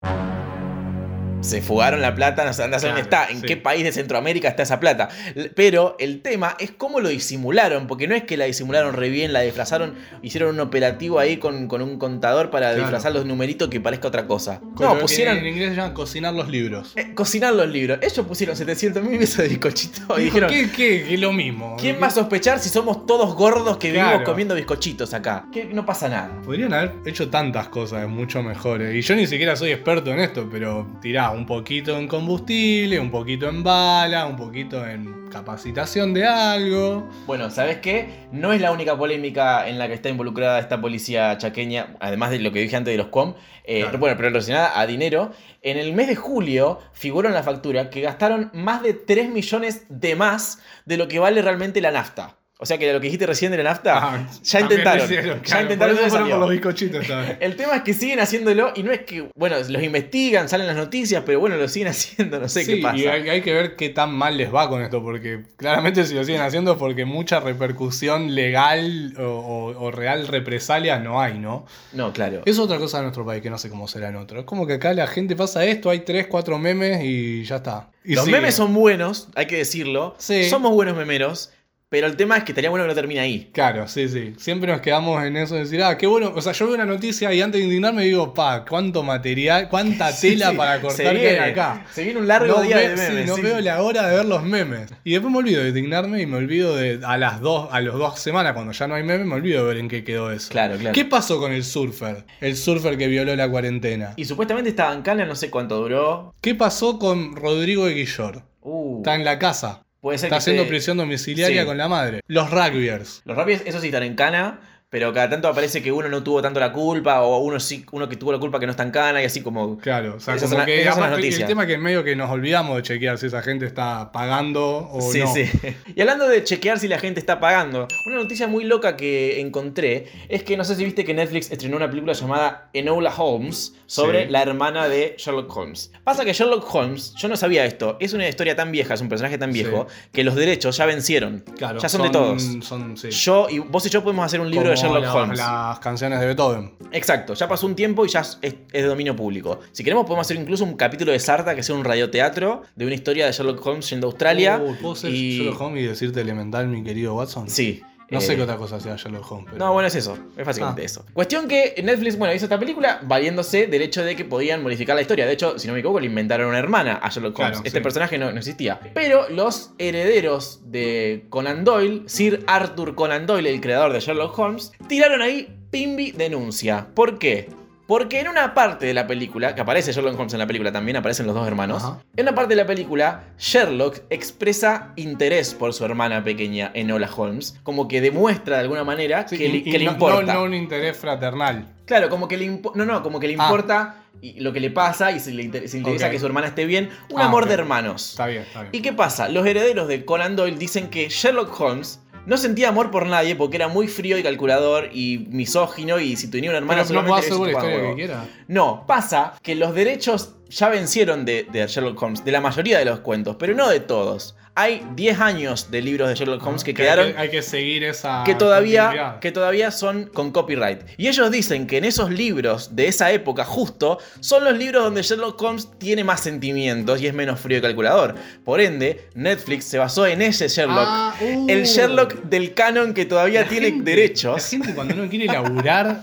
se fugaron la plata, no sé andá a saber dónde Claro, está, en sí. qué país de Centroamérica está esa plata. L- Pero el tema es cómo lo disimularon, porque no es que la disimularon re bien, la disfrazaron, hicieron un operativo ahí con, con un contador para Claro. disfrazar los numeritos que parezca otra cosa. Con lo No, que pusieron... En inglés se llama cocinar los libros. eh, cocinar los libros. Ellos pusieron 700 mil pesos de bizcochitos y Dijo, dijeron... ¿qué, qué, qué lo mismo? ¿Quién ¿Qué- va a sospechar si somos todos gordos que Claro. vivimos comiendo bizcochitos acá? Que no pasa nada. Podrían haber hecho tantas cosas mucho mejores. Y yo ni siquiera soy experto en esto, pero tirá, un poquito en combustible, un poquito en bala, un poquito en capacitación de algo. Bueno, ¿sabes qué? No es la única polémica en la que está involucrada esta policía chaqueña, además de lo que dije antes de los COM, eh, Claro. bueno, pero relacionada a dinero. En el mes de julio figuró en la factura que gastaron más de 3 millones de más de lo que vale realmente la nafta. O sea que lo que dijiste recién de la nafta, Ah, ya también lo intentaron. hicieron, ya claro, intentaron Por eso y no fueron salió. por los bizcochitos esta vez. El tema es que siguen haciéndolo y no es que, bueno, los investigan, salen las noticias, pero bueno, lo siguen haciendo, no sé Sí, qué pasa. Y hay, hay que ver qué tan mal les va con esto, porque claramente si lo siguen haciendo es porque mucha repercusión legal o, o- o real represalia no hay, ¿no? No, claro. Es otra cosa de nuestro país que no sé cómo será en otro. Es como que acá la gente pasa esto, hay tres, cuatro memes y ya está. Y Los sigue. memes son buenos, hay que decirlo. Sí. Somos buenos memeros, pero el tema es que estaría bueno que no termine ahí. Claro, sí, sí. Siempre nos quedamos en eso de decir, ah, qué bueno. O sea, yo veo una noticia y antes de indignarme digo, pa, cuánto material, cuánta tela Sí, para sí. cortar Se que hay viene, acá. Se viene un largo no día ve- de sí, memes. no sí. veo la hora de ver los memes. Y después me olvido de indignarme y me olvido de. A las dos, a las dos semanas, cuando ya no hay memes, me olvido de ver en qué quedó eso. Claro, claro. ¿Qué pasó con el surfer? El surfer que violó la cuarentena. Y supuestamente estaba en Cana, no sé cuánto duró. ¿Qué pasó con Rodrigo de Guillor? Uh, Está en la casa. puede ser Está que haciendo esté- prisión domiciliaria Sí. con la madre. Los rugbyers. Los rapies, esos sí están en Cana, pero cada tanto aparece que uno no tuvo tanto la culpa, o uno sí, uno que tuvo la culpa que no está en Cana, y así como. Claro, o sea, Esas como son la- que esas son las además, el noticias. tema que en medio que nos olvidamos de chequear si esa gente está pagando o sí, no. sí. Y hablando de chequear si la gente está pagando, una noticia muy loca que encontré es que no sé si viste que Netflix estrenó una película llamada Enola Holmes sobre Sí. la hermana de Sherlock Holmes. Pasa que Sherlock Holmes, yo no sabía esto, es una historia tan vieja, es un personaje tan viejo, que los derechos ya vencieron. Claro, ya son, de todos. Son, sí. Yo y vos y yo podemos hacer un libro de Como Sherlock la- Holmes. Las canciones de Beethoven. Exacto, ya pasó un tiempo y ya es, es de dominio público. Si queremos podemos hacer incluso un capítulo de Sarta que sea un radioteatro de una historia de Sherlock Holmes yendo a Australia. Uy, Uh, ¿Puedo ser y- Sherlock Holmes y decirte elemental, mi querido Watson? Sí. No eh, sé qué otra cosa sea Sherlock Holmes. pero- No, bueno, es eso. Es básicamente Ah. eso. Cuestión que Netflix, bueno, hizo esta película valiéndose del hecho de que podían modificar la historia. De hecho, si no me equivoco, le inventaron una hermana a Sherlock Holmes. Claro, este sí. personaje no, no existía. Pero los herederos de Conan Doyle, Sir Arthur Conan Doyle, el creador de Sherlock Holmes, tiraron ahí Pimbi denuncia. ¿Por qué? Porque en una parte de la película, que aparece Sherlock Holmes en la película también, aparecen los dos hermanos, Ajá. en una parte de la película, Sherlock expresa interés por su hermana pequeña, Enola Holmes, como que demuestra de alguna manera Sí, que, y- le, y que le no- importa. No, no un interés fraternal. Claro, como que le impo- no, no, como que le Ah. importa y- lo que le pasa y se le, inter- se le interesa Ok. que su hermana esté bien, un Ah, amor ok. de hermanos. Está bien, está bien. ¿Y qué pasa? Los herederos de Conan Doyle dicen que Sherlock Holmes no sentía amor por nadie porque era muy frío y calculador y misógino y si tenía una hermana Pero no puedo solamente hacer la le chupaba historia huevo. que quiera. No, pasa que los derechos ya vencieron de, de Sherlock Holmes, de la mayoría de los cuentos, pero no de todos. Hay 10 años de libros de Sherlock Holmes que hay quedaron Hay que seguir esa. que todavía, continuidad. que todavía son con copyright. Y ellos dicen que en esos libros de esa época justo son los libros donde Sherlock Holmes tiene más sentimientos y es menos frío y calculador. Por ende, Netflix se basó en ese Sherlock. Ah, uh. el Sherlock del canon que todavía La tiene gente- La derechos. gente cuando no quiere laburar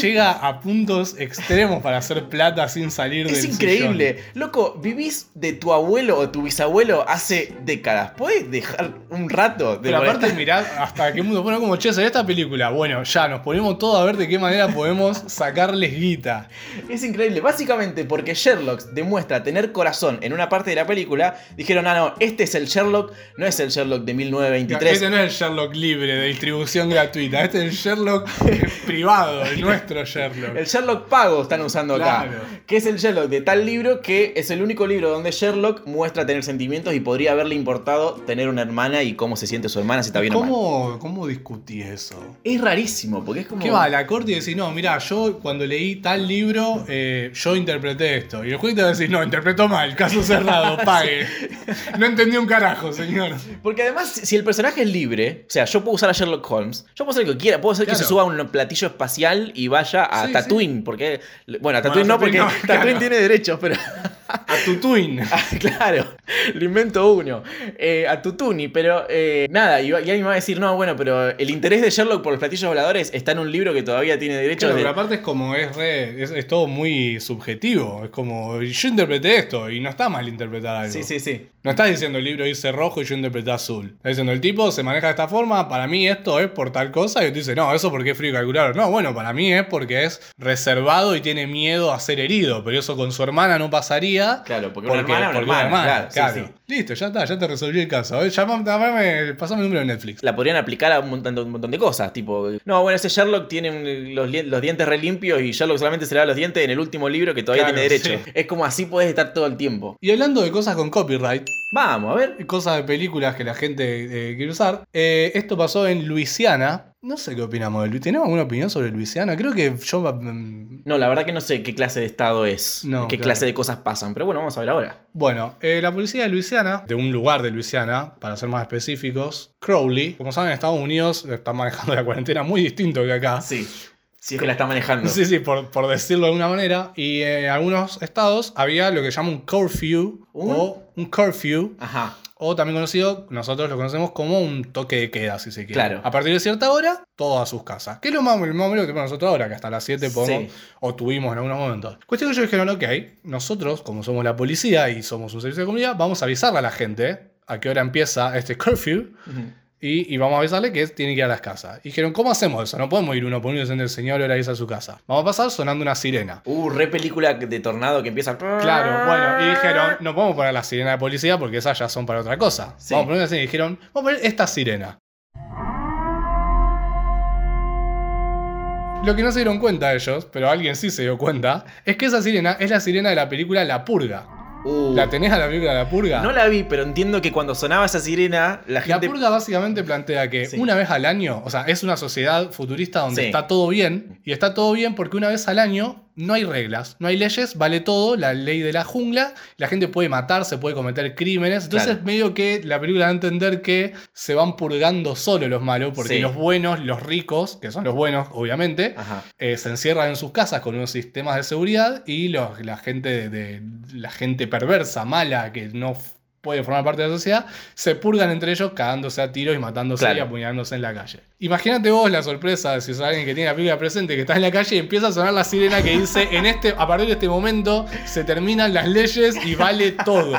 llega a puntos extremos para hacer plata sin salir del Es sillón. increíble. Loco, vivís de tu abuelo o tu bisabuelo hace décadas. ¿Puedes dejar un rato de Pero molestar? aparte, mirá hasta qué mundo. Bueno, como che, en esta película. Bueno, ya nos ponemos todos a ver de qué manera podemos sacarles guita. Es increíble, básicamente porque Sherlock demuestra tener corazón en una parte de la película, dijeron, ah, no, este es el Sherlock, no es el Sherlock de 1923. Este no es el Sherlock libre de distribución gratuita. Este es el Sherlock eh, privado, el nuestro Sherlock. El Sherlock pago están usando acá, Claro. que es el Sherlock de tal libro que es el único libro donde Sherlock muestra tener sentimientos y podría haberle importado tener una hermana y cómo se siente su hermana, si está bien o mal. ¿Cómo, ¿Cómo discutís eso? Es rarísimo, porque es como... ¿Qué va? a La corte y decís, no, mira, yo cuando leí tal libro, eh, yo interpreté esto. Y el juez te va a decir, no, interpretó mal, caso cerrado, pague. No entendí un carajo, señor. Porque además, si si el personaje es libre, o sea, yo puedo usar a Sherlock Holmes, yo puedo hacer lo que quiera, puedo hacer que Claro. se suba a un platillo espacial y vaya a Sí, sí. Tatooine, porque. Bueno, a Tatooine Bueno, no, porque Tatooine no, Tatooine claro. tiene derechos, pero. A tu twin. Ah, claro, le invento uno. Eh, a Tutuni, pero eh, nada, y, y alguien me va a decir, no, bueno, pero el interés de Sherlock por los platillos voladores está en un libro que todavía tiene derechos. Claro, de- pero aparte es como, es, re- es, es todo muy subjetivo. Es como, yo interpreté esto y no está mal interpretar algo. Sí, sí, sí. No estás diciendo el libro dice rojo y yo interpreté azul. Estás diciendo el tipo se maneja de esta forma, para mí esto es por tal cosa. Y tú dices, no, eso porque es frío y calculador. No, bueno, para mí es porque es reservado y tiene miedo a ser herido. Pero eso con su hermana no pasaría. Claro, porque, Porque, una hermana, una porque una hermana, hermana, claro, sí, claro. sí. Listo, ya está, ya te resolví el caso. A ver, llamame, llamame, pasame el número de Netflix. La podrían aplicar a un montón, un montón de cosas, tipo... No, bueno, ese Sherlock tiene un- los, li- los dientes re limpios y Sherlock solamente se lava los dientes en el último libro que todavía Claro, tiene derecho. sí. Es como así podés estar todo el tiempo. Y hablando de cosas con copyright, Vamos, a ver. cosas de películas que la gente eh, quiere usar, eh, esto pasó en Luisiana. No sé qué opinamos de Luisiana. ¿Tenemos alguna opinión sobre Luisiana? Creo que yo mm, No, la verdad que no sé qué clase de estado es, No, qué claro. clase de cosas pasan, pero bueno, vamos a ver ahora. Bueno, eh, la policía de Luisiana, de un lugar de Luisiana, para ser más específicos, Crowley, como saben, en Estados Unidos están manejando la cuarentena muy distinto que acá. Sí, si es que la está manejando. Sí, sí, por, por decirlo de alguna manera. Y eh, en algunos estados había lo que se llama un curfew, ¿Un? o un curfew, Ajá, o también conocido, nosotros lo conocemos como un toque de queda, si se quiere. Claro. A partir de cierta hora, todas sus casas. Que es lo más, lo más o menos que tenemos nosotros ahora, que hasta las 7 podemos, Sí. o tuvimos en algunos momentos. Cuestión que ellos dijeron, ok, nosotros, como somos la policía y somos un servicio de comunidad, vamos a avisarle a la gente a qué hora empieza este curfew. Ujú. Y, y vamos a avisarle que tiene que ir a las casas. Y dijeron, ¿cómo hacemos eso? No podemos ir uno por uno y diciendo el señor ahora irse a su casa. Vamos a pasar sonando una sirena. Uh, re película de tornado que empieza. Claro, bueno, y Ah. dijeron, no podemos poner la sirena de policía porque esas ya son para otra cosa. Sí. Vamos a poner una sirena y dijeron, vamos a poner esta sirena. Lo que no se dieron cuenta ellos, pero alguien sí se dio cuenta, es que esa sirena es la sirena de la película La Purga. Uh, ¿La tenés a la película La Purga? no la vi, pero entiendo que cuando sonaba esa sirena, la La gente. purga básicamente plantea que Sí. una vez al año, o sea, es una sociedad futurista donde Sí. está todo bien, y está todo bien porque una vez al año no hay reglas, no hay leyes, vale todo, la ley de la jungla, la gente puede matar, se puede cometer crímenes, entonces Claro. medio que la película da a entender que se van purgando solo los malos, porque Sí. los buenos, los ricos, que son los buenos obviamente, Ajá. eh, se encierran en sus casas con unos sistemas de seguridad y los- la, gente de, de- la gente perversa, mala, que no f- puede formar parte de la sociedad, se purgan entre ellos cagándose a tiros y matándose Claro. y apuñalándose en la calle. Imagínate vos la sorpresa de si es alguien que tiene la película presente, que está en la calle y empieza a sonar la sirena que dice, en este, a partir de este momento se terminan las leyes y vale todo.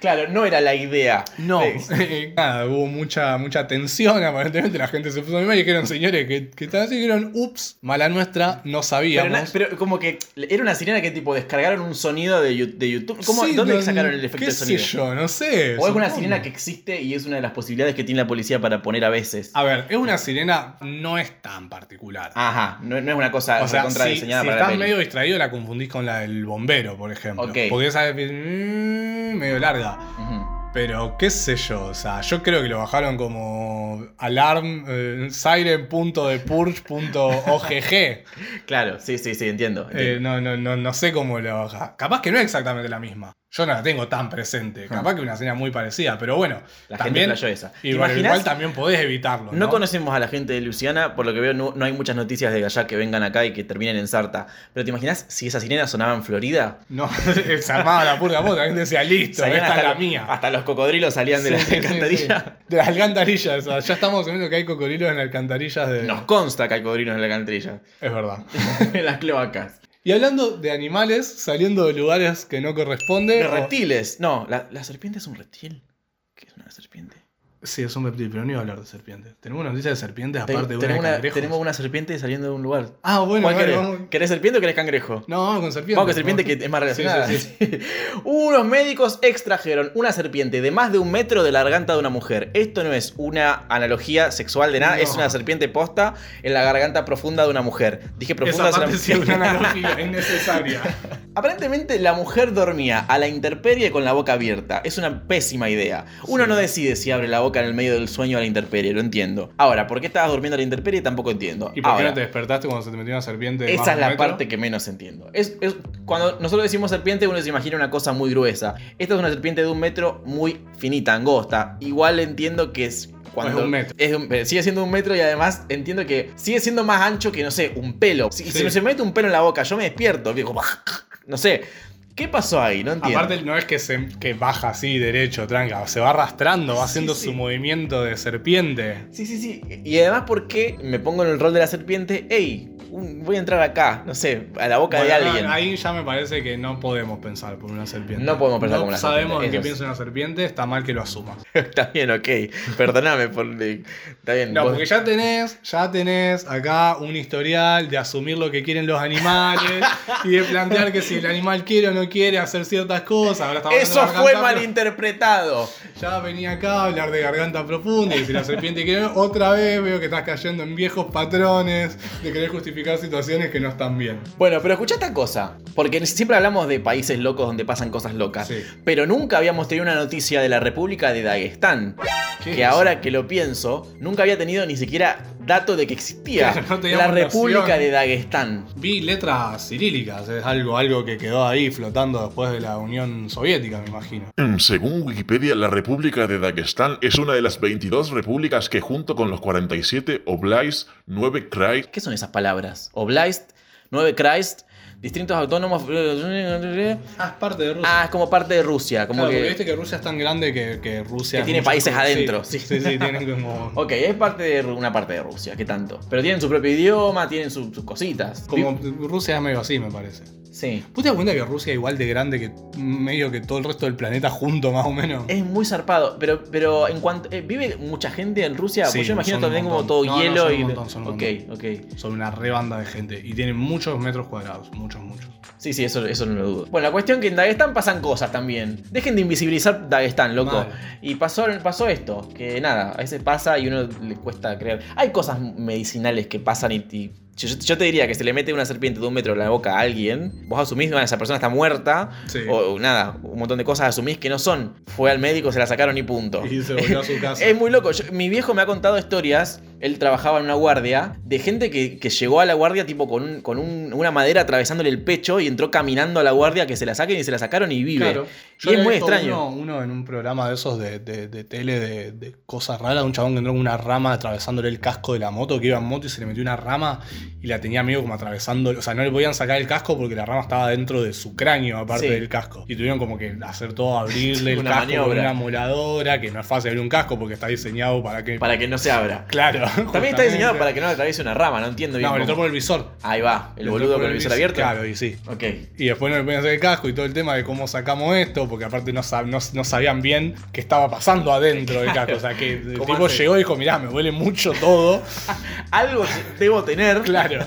Claro, no era la idea. No, Eh, eh, nada, hubo mucha, mucha tensión, aparentemente la gente se puso a mimar y dijeron, señores, que, que están así, dijeron, ups, mala nuestra, no Pero, sabíamos. na- pero como que era una sirena que tipo descargaron un sonido de, Yu- de YouTube. ¿Cómo, Sí, ¿Dónde no- sacaron el efecto qué de sonido? Sé yo, no sé. o es una supongo. sirena que existe y es una de las posibilidades que tiene la policía para poner a veces. A ver, es una sirena, no es tan particular. Ajá, no, no es una cosa o sea, si, si contradiseñada Ah, para la estás peli. medio distraído, la confundís con la del bombero, por ejemplo. Ok. Porque esa es mm, medio larga. Ujú. Pero qué sé yo, o sea, yo creo que lo bajaron como alarm, eh, siren.depurge.ogg. Claro, sí, sí, sí, entiendo. Eh, no, entiendo. no, no, no sé cómo lo baja. Capaz que no es exactamente la misma. Yo no la tengo tan presente. Capaz que una señal muy parecida, pero bueno. Ah. la también, gente playó esa. ¿Te Y bueno, imaginas? igual también podés evitarlo. No No, conocemos a la gente de Luciana, por lo que veo no, no hay muchas noticias de allá que vengan acá y que terminen en Sarta. Pero ¿te imaginas si esa sirena sonaba en Florida? No, se armaba la purga puta. La gente decía, listo, Salían esta es la lo- mía. Hasta los cocodrilos salían de Sí, la sí, alcantarilla. sí. De las alcantarillas. o sea, ya estamos viendo que hay cocodrilos en alcantarillas de. Nos consta que hay cocodrilos en la alcantarilla. Es verdad. en las cloacas. Y hablando de animales saliendo de lugares que no corresponde. Los o- reptiles. No, la, la serpiente es un reptil. ¿Qué es una serpiente? Sí, es un reptil, pero no iba a hablar de serpientes. Tenemos una noticia de serpientes Te- aparte de una de tenemos, una, cangrejos. tenemos una serpiente saliendo de un lugar. Ah, bueno, ¿Cuál vale, querés? vamos. ¿Querés serpiente o querés cangrejo? No, vamos con serpientes. Vamos con serpiente que es más relacionada. Unos médicos extrajeron una serpiente de más de un metro de la garganta de una mujer. Esto no es una analogía sexual de nada, No. es una serpiente posta en la garganta profunda de una mujer. Dije profunda Esa es una- parte sí es una analogía innecesaria. Aparentemente la mujer dormía a la intemperie con la boca abierta. Es una pésima idea. Uno Sí. no decide si abre la boca en el medio del sueño a la intemperie, lo entiendo. Ahora, ¿por qué estabas durmiendo a la intemperie? Tampoco entiendo. ¿Y por qué Ahora, no te despertaste cuando se te metió una serpiente? de más de esa es un la metro? parte que menos entiendo. Es, es- cuando nosotros decimos serpiente, uno se imagina una cosa muy gruesa. Esta es una serpiente de un metro muy finita, angosta. Igual entiendo que es cuando. Es un metro. es de un- pero sigue siendo un metro y además entiendo que sigue siendo más ancho que, no sé, un pelo. Si, Sí. si se me mete un pelo en la boca, yo me despierto. Digo, no sé. ¿Qué pasó ahí? No entiendo. Aparte, no es que, se, que baja así derecho, tranca. Se va arrastrando, va Sí, haciendo sí. su movimiento de serpiente. Sí, sí, sí. Y además, porque me pongo en el rol de la serpiente? ¡Ey! un- voy a entrar acá, no sé, a la boca de Bueno, no, alguien. ahí ya me parece que no podemos pensar por una serpiente. No podemos pensar No como una sabemos serpiente, en qué eso piensa una serpiente, está mal que lo asumas. Está bien, ok. Perdóname por. Está bien. No, vos- porque ya tenés, ya tenés acá un historial de asumir lo que quieren los animales y de plantear que si el animal quiere o no no quiere hacer ciertas cosas. Ahora estamos hablando de Eso garganta, fue pero malinterpretado. Ya venía acá a hablar de garganta profunda y si la serpiente quiere. Otra vez veo que estás cayendo en viejos patrones de querer justificar situaciones que no están bien. Bueno, pero escucha esta cosa, porque siempre hablamos de países locos donde pasan cosas locas, Sí. pero nunca habíamos tenido una noticia de la República de Dagestán, ¿Qué que es ahora eso? que lo pienso, nunca había tenido ni siquiera dato de que existía Claro, no teníamos la República noción. de Dagestán. Vi letras cirílicas, es algo, algo que quedó ahí flotando después de la Unión Soviética, me imagino. Mm, Según Wikipedia, la República de Dagestán es una de las 22 repúblicas que junto con los 47 Oblays, 9 Krais, ¿Qué son esas palabras? Oblast, 9 Christ, distritos autónomos... Ah, es parte de Rusia. Ah, es como parte de Rusia, como Claro, porque que... viste que Rusia es tan grande que, que Rusia. Que es tiene muchas países cosas. adentro, Sí, sí. sí, sí, tienen como. Ok, es parte de Ru- una parte de Rusia, ¿qué tanto? Pero tienen su propio idioma, tienen su- sus cositas. Como Rusia es medio así, me parece. Sí. ¿Vos te das cuenta que Rusia es igual de grande que medio que todo el resto del planeta junto, más o menos? Es muy zarpado, pero, pero en cuanto. eh, ¿Vive mucha gente en Rusia? Sí, pues yo imagino son también un como montón. No, todo no, hielo son un y. montón, son un ok, ok. Son una rebanda de gente y tienen muchos metros cuadrados, muchos, muchos. Sí, sí, eso, eso no lo dudo. Bueno, la cuestión que en Dagestán pasan cosas también. Dejen de invisibilizar Dagestán, loco. Mal. Y pasó, pasó esto, que nada, a veces pasa y uno le cuesta creer. Hay cosas medicinales que pasan y. y yo, yo te diría que si le mete una serpiente de un metro en la boca a alguien, vos asumís que esa persona está muerta, Sí. o, o nada, un montón de cosas asumís que no son. Fue al médico, se la sacaron y punto. Y se volvió a su casa. Es muy loco. Yo- mi viejo me ha contado historias. Él trabajaba en una guardia de gente que, que llegó a la guardia tipo con, un- con un- una madera atravesándole el pecho y entró caminando a la guardia que se la saquen y se la sacaron y vive. Claro. Y es había muy visto extraño. Uno, uno en un programa de esos de, de- de tele de, de cosas raras, un chabón que entró con una rama atravesándole el casco de la moto, que iba en moto y se le metió una rama y la tenía medio como atravesando. O sea, no le podían sacar el casco porque la rama estaba dentro de su cráneo, aparte Sí. del casco. Y tuvieron como que hacer todo, abrirle el Una casco con maniobra. una moladora, que no es fácil abrir un casco porque está diseñado para que. Para que no se abra. Claro. También está diseñado para que no le atraviese una rama, no entiendo bien. No, le entró cómo- por el visor. Ahí va, el Le entró boludo por con el visor abierto. Claro, y sí. Ok. Y después no le podían hacer el casco y todo el tema de cómo sacamos esto, porque aparte no, sab- no, no sabían bien qué estaba pasando adentro del casco. O sea, que el ¿Cómo tipo hace? llegó y dijo, mirá, me huele mucho todo. Algo que debo tener. claro.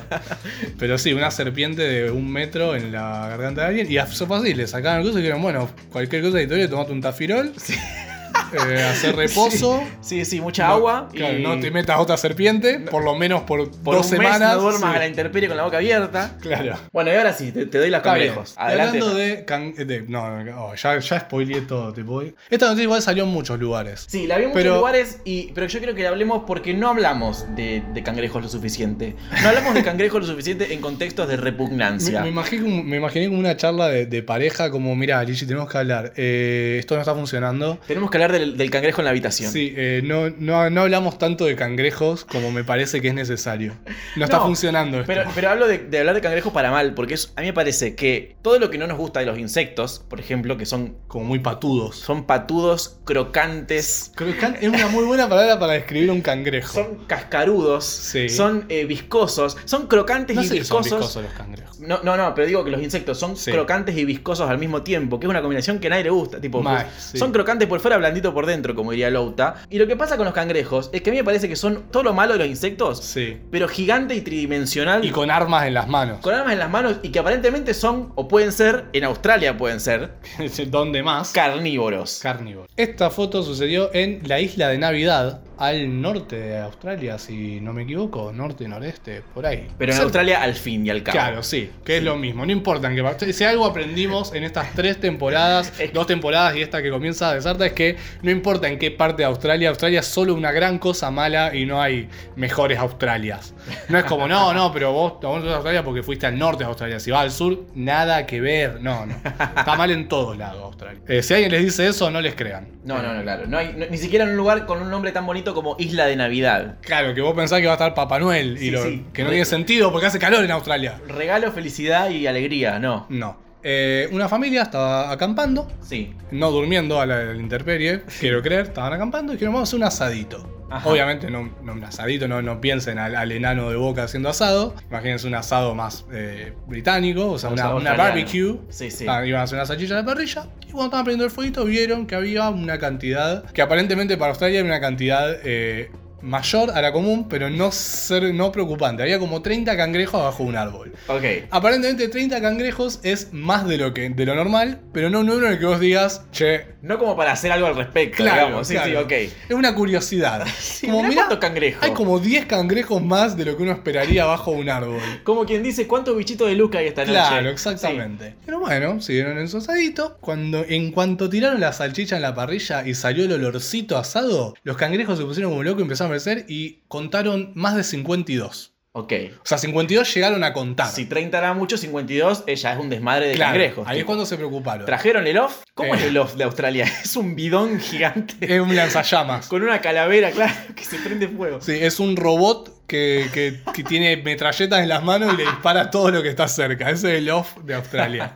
Pero sí, una serpiente de un metro en la garganta de alguien. Y eso fue así, le sacaban cosas y dijeron, bueno, cualquier cosa editorial, tomate un tafirol, eh, hacer reposo. Sí, sí, mucha No, agua. claro, y no te metas otra serpiente, por lo menos por, por dos un mes semanas. no duermas Sí. a la intemperie con la boca abierta. Claro. Bueno, y ahora sí, te, te doy las Está bien. consejos. Y Adelante. Hablando de, can- de- No, no, oh, ya, ya spoileé todo, te puedo ir. Esta noticia igual salió en muchos lugares. Sí, la vi en Pero- muchos lugares, y, pero yo creo que la hablemos porque no hablamos de, de cangrejos lo suficiente. No hablamos de cangrejos lo suficiente en contextos de Me, repugnancia. me imaginé, como- me imaginé como una charla de, de pareja, como, mira, Gigi, tenemos que hablar. Eh, esto no está funcionando. Tenemos que hablar del, del cangrejo en la habitación. Sí, eh, no, no, no hablamos tanto de cangrejos como me parece que es necesario. No está No, funcionando esto. Pero, pero hablo de, de hablar de cangrejos para mal, porque es- a mí me parece que todo lo que no nos gusta de los insectos, por ejemplo, que son, Como muy patudos. son patudos, crocantes, Creo que can- es una muy buena palabra para describir un cangrejo. son cascarudos, Sí. son eh, viscosos, son crocantes no y sé si son viscosos. viscosos los cangrejos. No, no, no, pero digo que los insectos son Sí. crocantes y viscosos al mismo tiempo, que es una combinación que a nadie le gusta. Tipo, Mal, pues, sí. son crocantes por fuera, blandito por dentro, como diría Louta. Y lo que pasa con los cangrejos es que a mí me parece que son todo lo malo de los insectos, Sí. pero gigante y tridimensional. Y con armas en las manos. con armas en las manos y que aparentemente son, o pueden ser, en Australia pueden ser, ¿Dónde más? carnívoros. Carnívoro. Esta foto sucedió en la isla de Navidad, al norte de Australia, si no me equivoco, norte, noreste, por ahí. pero en Cerca. Australia al fin y al cabo. Claro, sí, que es lo mismo. No importa que si algo aprendimos en estas tres temporadas, dos temporadas y esta que comienza de Sarta es que no importa en qué parte de Australia, Australia es solo una gran cosa mala y no hay mejores Australias. No es como, no, no, pero vos, vos sos de Australia porque fuiste al norte de Australia. Si vas al sur, nada que ver. No, no. Está mal en todos lados Australia. Eh, si alguien les dice eso, no les crean. No, no, no, claro. No hay, no- ni siquiera en un lugar con un nombre tan bonito como Isla de Navidad. Claro, que vos pensás que va a estar Papá Noel y Sí, lo- sí. que no tiene sentido porque hace calor en Australia. Regalo, felicidad y alegría, no. No. Eh, una familia estaba acampando, Sí. no durmiendo a la, a la intemperie, quiero creer, estaban acampando y dijeron, vamos a hacer un asadito. Ajá. Obviamente no, no un asadito, no, no piensen al, al enano de boca haciendo asado. Imagínense un asado más eh, británico, o sea, Un una, asado una australiano. barbecue. Sí, sí. Ah, iban a hacer una salchicha de parrilla y cuando estaban prendiendo el fueguito vieron que había una cantidad, que aparentemente para Australia era una cantidad eh, mayor a la común, pero no, ser, no preocupante. Había como 30 cangrejos bajo un árbol. Ok. Aparentemente 30 cangrejos es más de lo, que, de lo normal, pero no un número en el que vos digas, che, No como para hacer algo al respecto, digamos. Sí, claro. sí, ok. Es una curiosidad. mirá mirá, cuántos cangrejos. Hay como 10 cangrejos más de lo que uno esperaría bajo un árbol. Como quien dice, ¿cuántos bichitos de Luca hay esta noche? Claro, exactamente. Pero bueno, siguieron en su asadito. Cuando, en cuanto tiraron la salchicha en la parrilla y salió el olorcito asado, los cangrejos se pusieron como locos y empezaron a crecer y contaron más de 52. Sí. Ok. O sea, 52 llegaron a contar. Si 30 era mucho, 52 eh, ya es un desmadre de Claro, cangrejos. Ahí es tipo. cuando se preocuparon. ¿Trajeron el off? ¿Cómo Eh. es el off de Australia? Es un bidón gigante Es un lanzallamas. con una calavera, claro, que se prende fuego. Sí, es un robot que, que- que tiene metralletas en las manos y le dispara todo lo que está cerca. Ese es el off de Australia.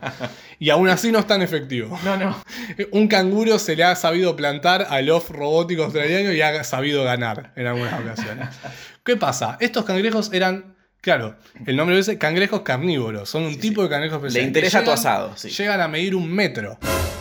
Y aún así no es tan efectivo. No, no. Un canguro se le ha sabido plantar al off robótico australiano y ha sabido ganar en algunas ocasiones. ¿Qué pasa? Estos cangrejos eran, claro, el nombre lo dice cangrejos carnívoros. Son un tipo de cangrejos Le especiales. interesa que tu asado, sí. Llegan a medir un metro.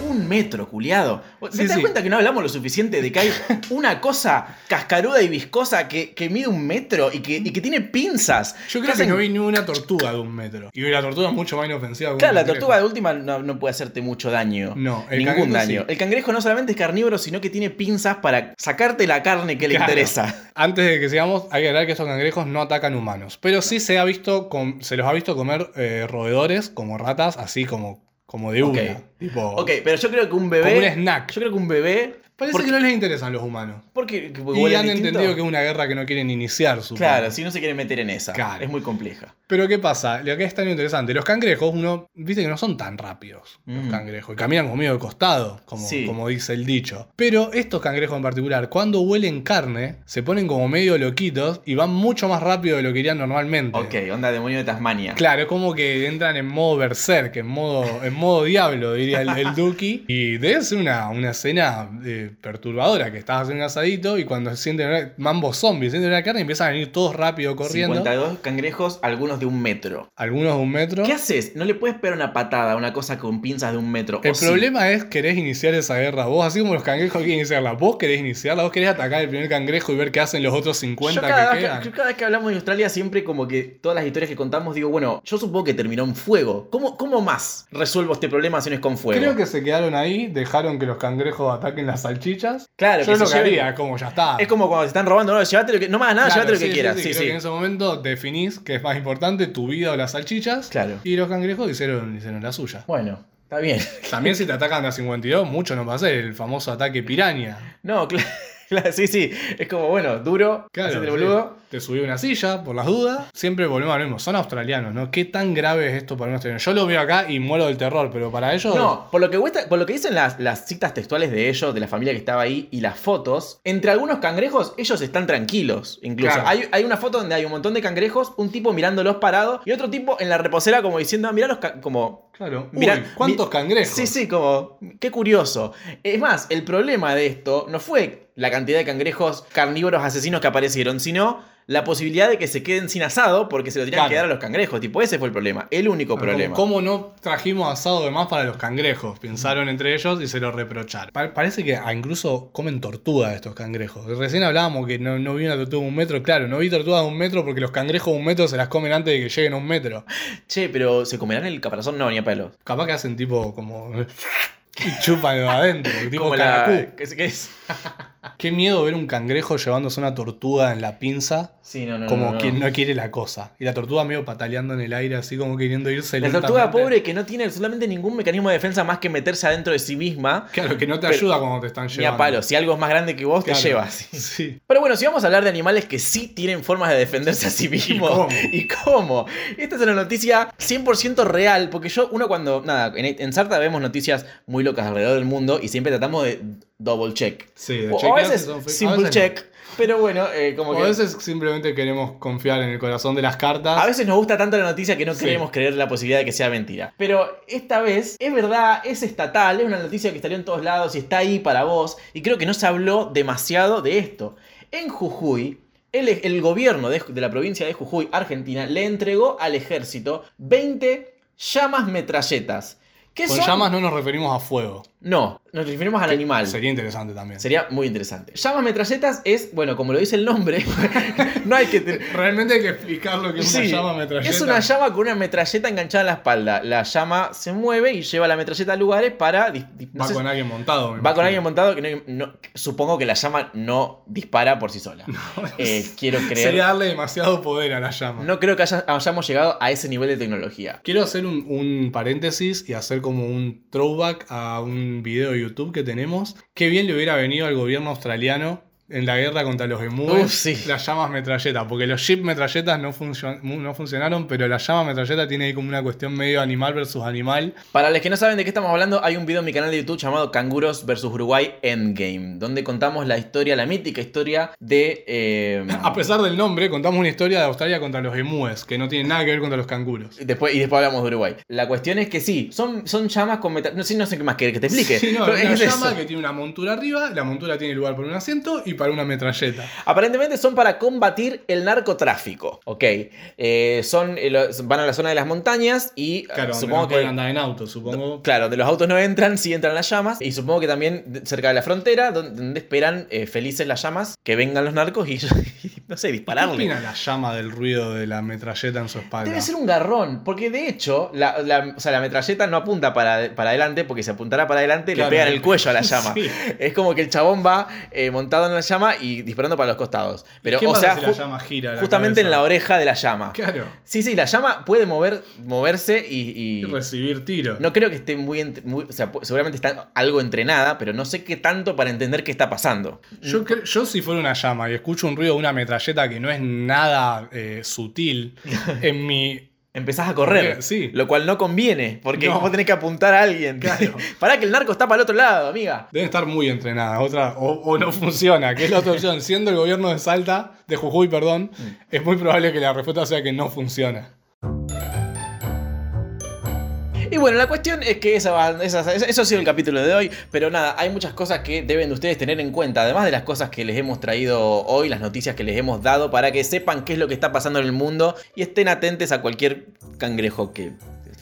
Un metro, culiado. ¿Te Sí, das sí. cuenta que no hablamos lo suficiente de que hay una cosa cascaruda y viscosa que, que mide un metro y que, y que tiene pinzas? Yo creo que hacen- no vi ni una tortuga de un metro. Y la tortuga es mucho más inofensiva. que un Claro, la cangrejo. tortuga de última no, no puede hacerte mucho daño. No, el ningún cangrejo daño. sí. El cangrejo no solamente es carnívoro, sino que tiene pinzas para sacarte la carne que le Claro. interesa. Antes de que sigamos, hay que aclarar que estos cangrejos no atacan humanos. Pero sí se, ha visto com- se los ha visto comer eh, roedores como ratas, así como, como de Ok. una. Tipo, Ok, pero yo creo que un bebé. Oh. Como un snack. Yo creo que un bebé. Parece porque, que no les interesan los humanos. porque, Y huelen han distinto. entendido que es una guerra que no quieren iniciar, supongo. Claro, si no se quiere meter en esa. Claro. Es muy compleja. Pero ¿qué pasa? Lo que es tan interesante, los cangrejos, uno, viste que no son tan rápidos los Mm. cangrejos, y caminan como medio de costado, como, Sí. como dice el dicho. Pero estos cangrejos en particular, cuando huelen carne, se ponen como medio loquitos y van mucho más rápido de lo que irían normalmente. Ok, onda demonio de Tasmania. Claro, es como que entran en modo berserk, en modo, en modo diablo, diría el, el Duki. Y debe ser una, una escena eh, perturbadora, que estás haciendo un asadito y cuando sienten una- mambo zombies, sienten una carne y empiezan a venir todos rápido corriendo. 52 cangrejos, algunos de un metro. Algunos de un metro. ¿Qué haces? No le puedes pegar una patada a una cosa con pinzas de un metro. El ¿o Oh, sí? problema es querés iniciar esa guerra vos, así como los cangrejos quieren iniciarla. Vos querés iniciarla, vos querés atacar el primer cangrejo y ver qué hacen los otros 50 Yo cada, que vez quedan. que, yo cada vez que hablamos de Australia, siempre como que todas las historias que contamos, digo, bueno, yo supongo que terminó en fuego. ¿Cómo, cómo más resuelvo este problema si no es con fuego? Creo que se quedaron ahí, dejaron que los cangrejos ataquen las salchichas. Claro, Yo que lo se que lleven- haría, como ya está. Es como cuando se están robando, no, llévate lo que, no más nada, Claro, llévate lo sí, que quieras. Sí, Sí, creo sí. que en ese momento definís que es más importante tu vida o las salchichas. Claro. Y los cangrejos hicieron, hicieron la suya. Bueno, está bien. También si te atacan a 52, mucho no va a ser el famoso ataque piraña. No, cla- claro, sí, sí. Es como, bueno, duro, Claro, hacete el sí. boludo. te subí a una silla por las dudas. Siempre volvemos a lo mismo. Son australianos, ¿no? ¿Qué tan grave es esto para un australiano? Yo lo veo acá y muero del terror, pero para ellos. No, por lo que, cuesta- por lo que dicen las, las citas textuales de ellos, de la familia que estaba ahí y las fotos, entre algunos cangrejos ellos están tranquilos. Incluso Claro. hay, hay una foto donde hay un montón de cangrejos, un tipo mirándolos parado y otro tipo en la reposera como diciendo, ah, mirá los ca- como... Claro. Uy, mirá, ¿Cuántos mi- cangrejos? Sí, sí, como... Qué curioso. Es más, el problema de esto no fue la cantidad de cangrejos carnívoros asesinos que aparecieron, sino la posibilidad de que se queden sin asado porque se lo tenían Claro. que dar a los cangrejos. Tipo, ese fue el problema. El único Como, problema. ¿Cómo no trajimos asado de más para los cangrejos? Pensaron entre ellos y se lo reprocharon. Pa- parece que ah, incluso comen tortuga estos cangrejos. Recién hablábamos que no, no vi una tortuga de un metro. Claro, no vi tortuga de un metro porque los cangrejos de un metro se las comen antes de que lleguen a un metro. Che, pero ¿se comerán el caparazón? No, ni a pelo. Capaz que hacen tipo como. Y chupan adentro, tipo Como la- caracú. ¿qué es- qué es? Qué miedo ver un cangrejo llevándose una tortuga en la pinza, Sí, no, no, como no, no. quien no quiere la cosa. Y la tortuga medio pataleando en el aire, así como queriendo irse La tortuga lentamente. pobre que no tiene absolutamente ningún mecanismo de defensa más que meterse adentro de sí misma. Claro, que no te Pero- ayuda cuando te están Ni llevando. a palo, si algo es más grande que vos, Claro. te llevas. Sí. Pero bueno, si vamos a hablar de animales que sí tienen formas de defenderse a sí mismos. cómo? ¿Y cómo? Esta es una noticia 100% real, porque yo, uno cuando, nada, en, en Sarta vemos noticias muy locas alrededor del mundo y siempre tratamos de double check. Sí, de O, o a chequear si veces son fake- simple a veces no. check, pero bueno, eh, como O que... a veces simplemente queremos confiar en el corazón de las cartas. A veces nos gusta tanto la noticia que no Ah. Sí. queremos creer la posibilidad de que sea mentira. Pero esta vez es verdad, es estatal, es una noticia que salió en todos lados y está ahí para vos. Y creo que no se habló demasiado de esto. En Jujuy, el, e, el gobierno de, de la provincia de Jujuy, Argentina, le entregó al ejército 20 llamas metralletas. ¿Qué Con son? llamas no nos referimos a fuego. No, nos referimos al animal. Sería interesante también. Sería muy interesante. Llamas metralletas es, bueno, como lo dice el nombre, no hay que tener. Realmente hay que explicar lo que es una Sí, llama metralleta. Es una llama con una metralleta enganchada en la espalda. La llama se mueve y lleva la metralleta a lugares para. dis- dis- no Va sé con si- alguien montado. me va con imagino. alguien montado que no- no- supongo que la llama no dispara por sí sola. Eh, quiero creer. Sería darle demasiado poder a la llama. No creo que haya- hayamos llegado a ese nivel de tecnología. Quiero hacer un, un paréntesis y hacer como un throwback a un video de YouTube que tenemos. Qué bien le hubiera venido al gobierno australiano en la guerra contra los emúes Uf, sí. las llamas metralletas, porque los jeep metralletas no, funcio- mu- no funcionaron, pero la llama metralleta tiene ahí como una cuestión medio animal versus animal. Para los que no saben de qué estamos hablando, hay un video en mi canal de YouTube llamado Canguros vs Uruguay Endgame, donde contamos la historia, la mítica historia de. eh, A pesar del nombre, contamos una historia de Australia contra los emúes, que no tiene nada que ver contra los canguros. Y después, y después hablamos de Uruguay. La cuestión es que sí, son, son llamas con metal. No sé, no sé qué más querés que te explique. Sí, no, Pero una es llama eso. que tiene una montura arriba, la montura tiene lugar para un asiento y para una metralleta. Aparentemente son para combatir el narcotráfico. Ok. Eh, son, eh, los- van a la zona de las montañas y eh, Claro, supongo supongo no que. pueden andar en auto, supongo. Claro, de los autos no entran, sí entran las llamas. Y supongo que también de- cerca de la frontera, don- donde esperan eh, felices las llamas, que vengan los narcos y, y, no sé, ¿Qué dispararle. opina la llama del ruido de la metralleta en su espalda? Debe ser un garrón, porque de hecho, la, la- o sea, la metralleta no apunta para, para adelante, porque si apuntará para adelante, Claro. le pega en el cuello a la llama. Sí. Es como que el chabón va eh, montado en la llama y disparando para los costados. Pero, ¿Qué o pasa sea, si ju- la llama gira? la justamente en la cabeza? oreja de la llama. Claro. Sí, sí, la llama puede mover, moverse y. Y y- recibir tiro. no creo que esté muy, ent- muy- o sea, pu- seguramente está algo entrenada, pero no sé qué tanto para entender qué está pasando. Yo, cre- yo si fuera una llama y escucho un ruido de una metralleta que no es nada eh, sutil en mi... Empezás a correr, Bien, sí. lo cual no conviene, porque No. vos tenés que apuntar a alguien. Claro. Pará que el narco está para el otro lado, amiga. Deben estar muy entrenadas, otra, o, o no funciona, que es la otra opción. Siendo el gobierno de Salta, de Jujuy, perdón, Mm. es muy probable que la respuesta sea que no funciona. Y bueno, la cuestión es que esa, va- esa- esa- eso ha sido el capítulo de hoy, pero nada, hay muchas cosas que deben de ustedes tener en cuenta, además de las cosas que les hemos traído hoy, las noticias que les hemos dado, para que sepan qué es lo que está pasando en el mundo y estén atentes a cualquier cangrejo que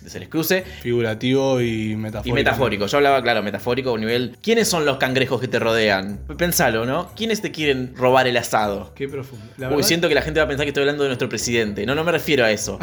se les cruce. Figurativo y metafórico. Y metafórico, yo hablaba, claro, metafórico a un nivel. ¿Quiénes son los cangrejos que te rodean? Pensalo, ¿no? ¿Quiénes te quieren robar el asado? Qué profundo. La Uy, verdad- siento que la gente va a pensar que estoy hablando de nuestro presidente. No, no me refiero a eso.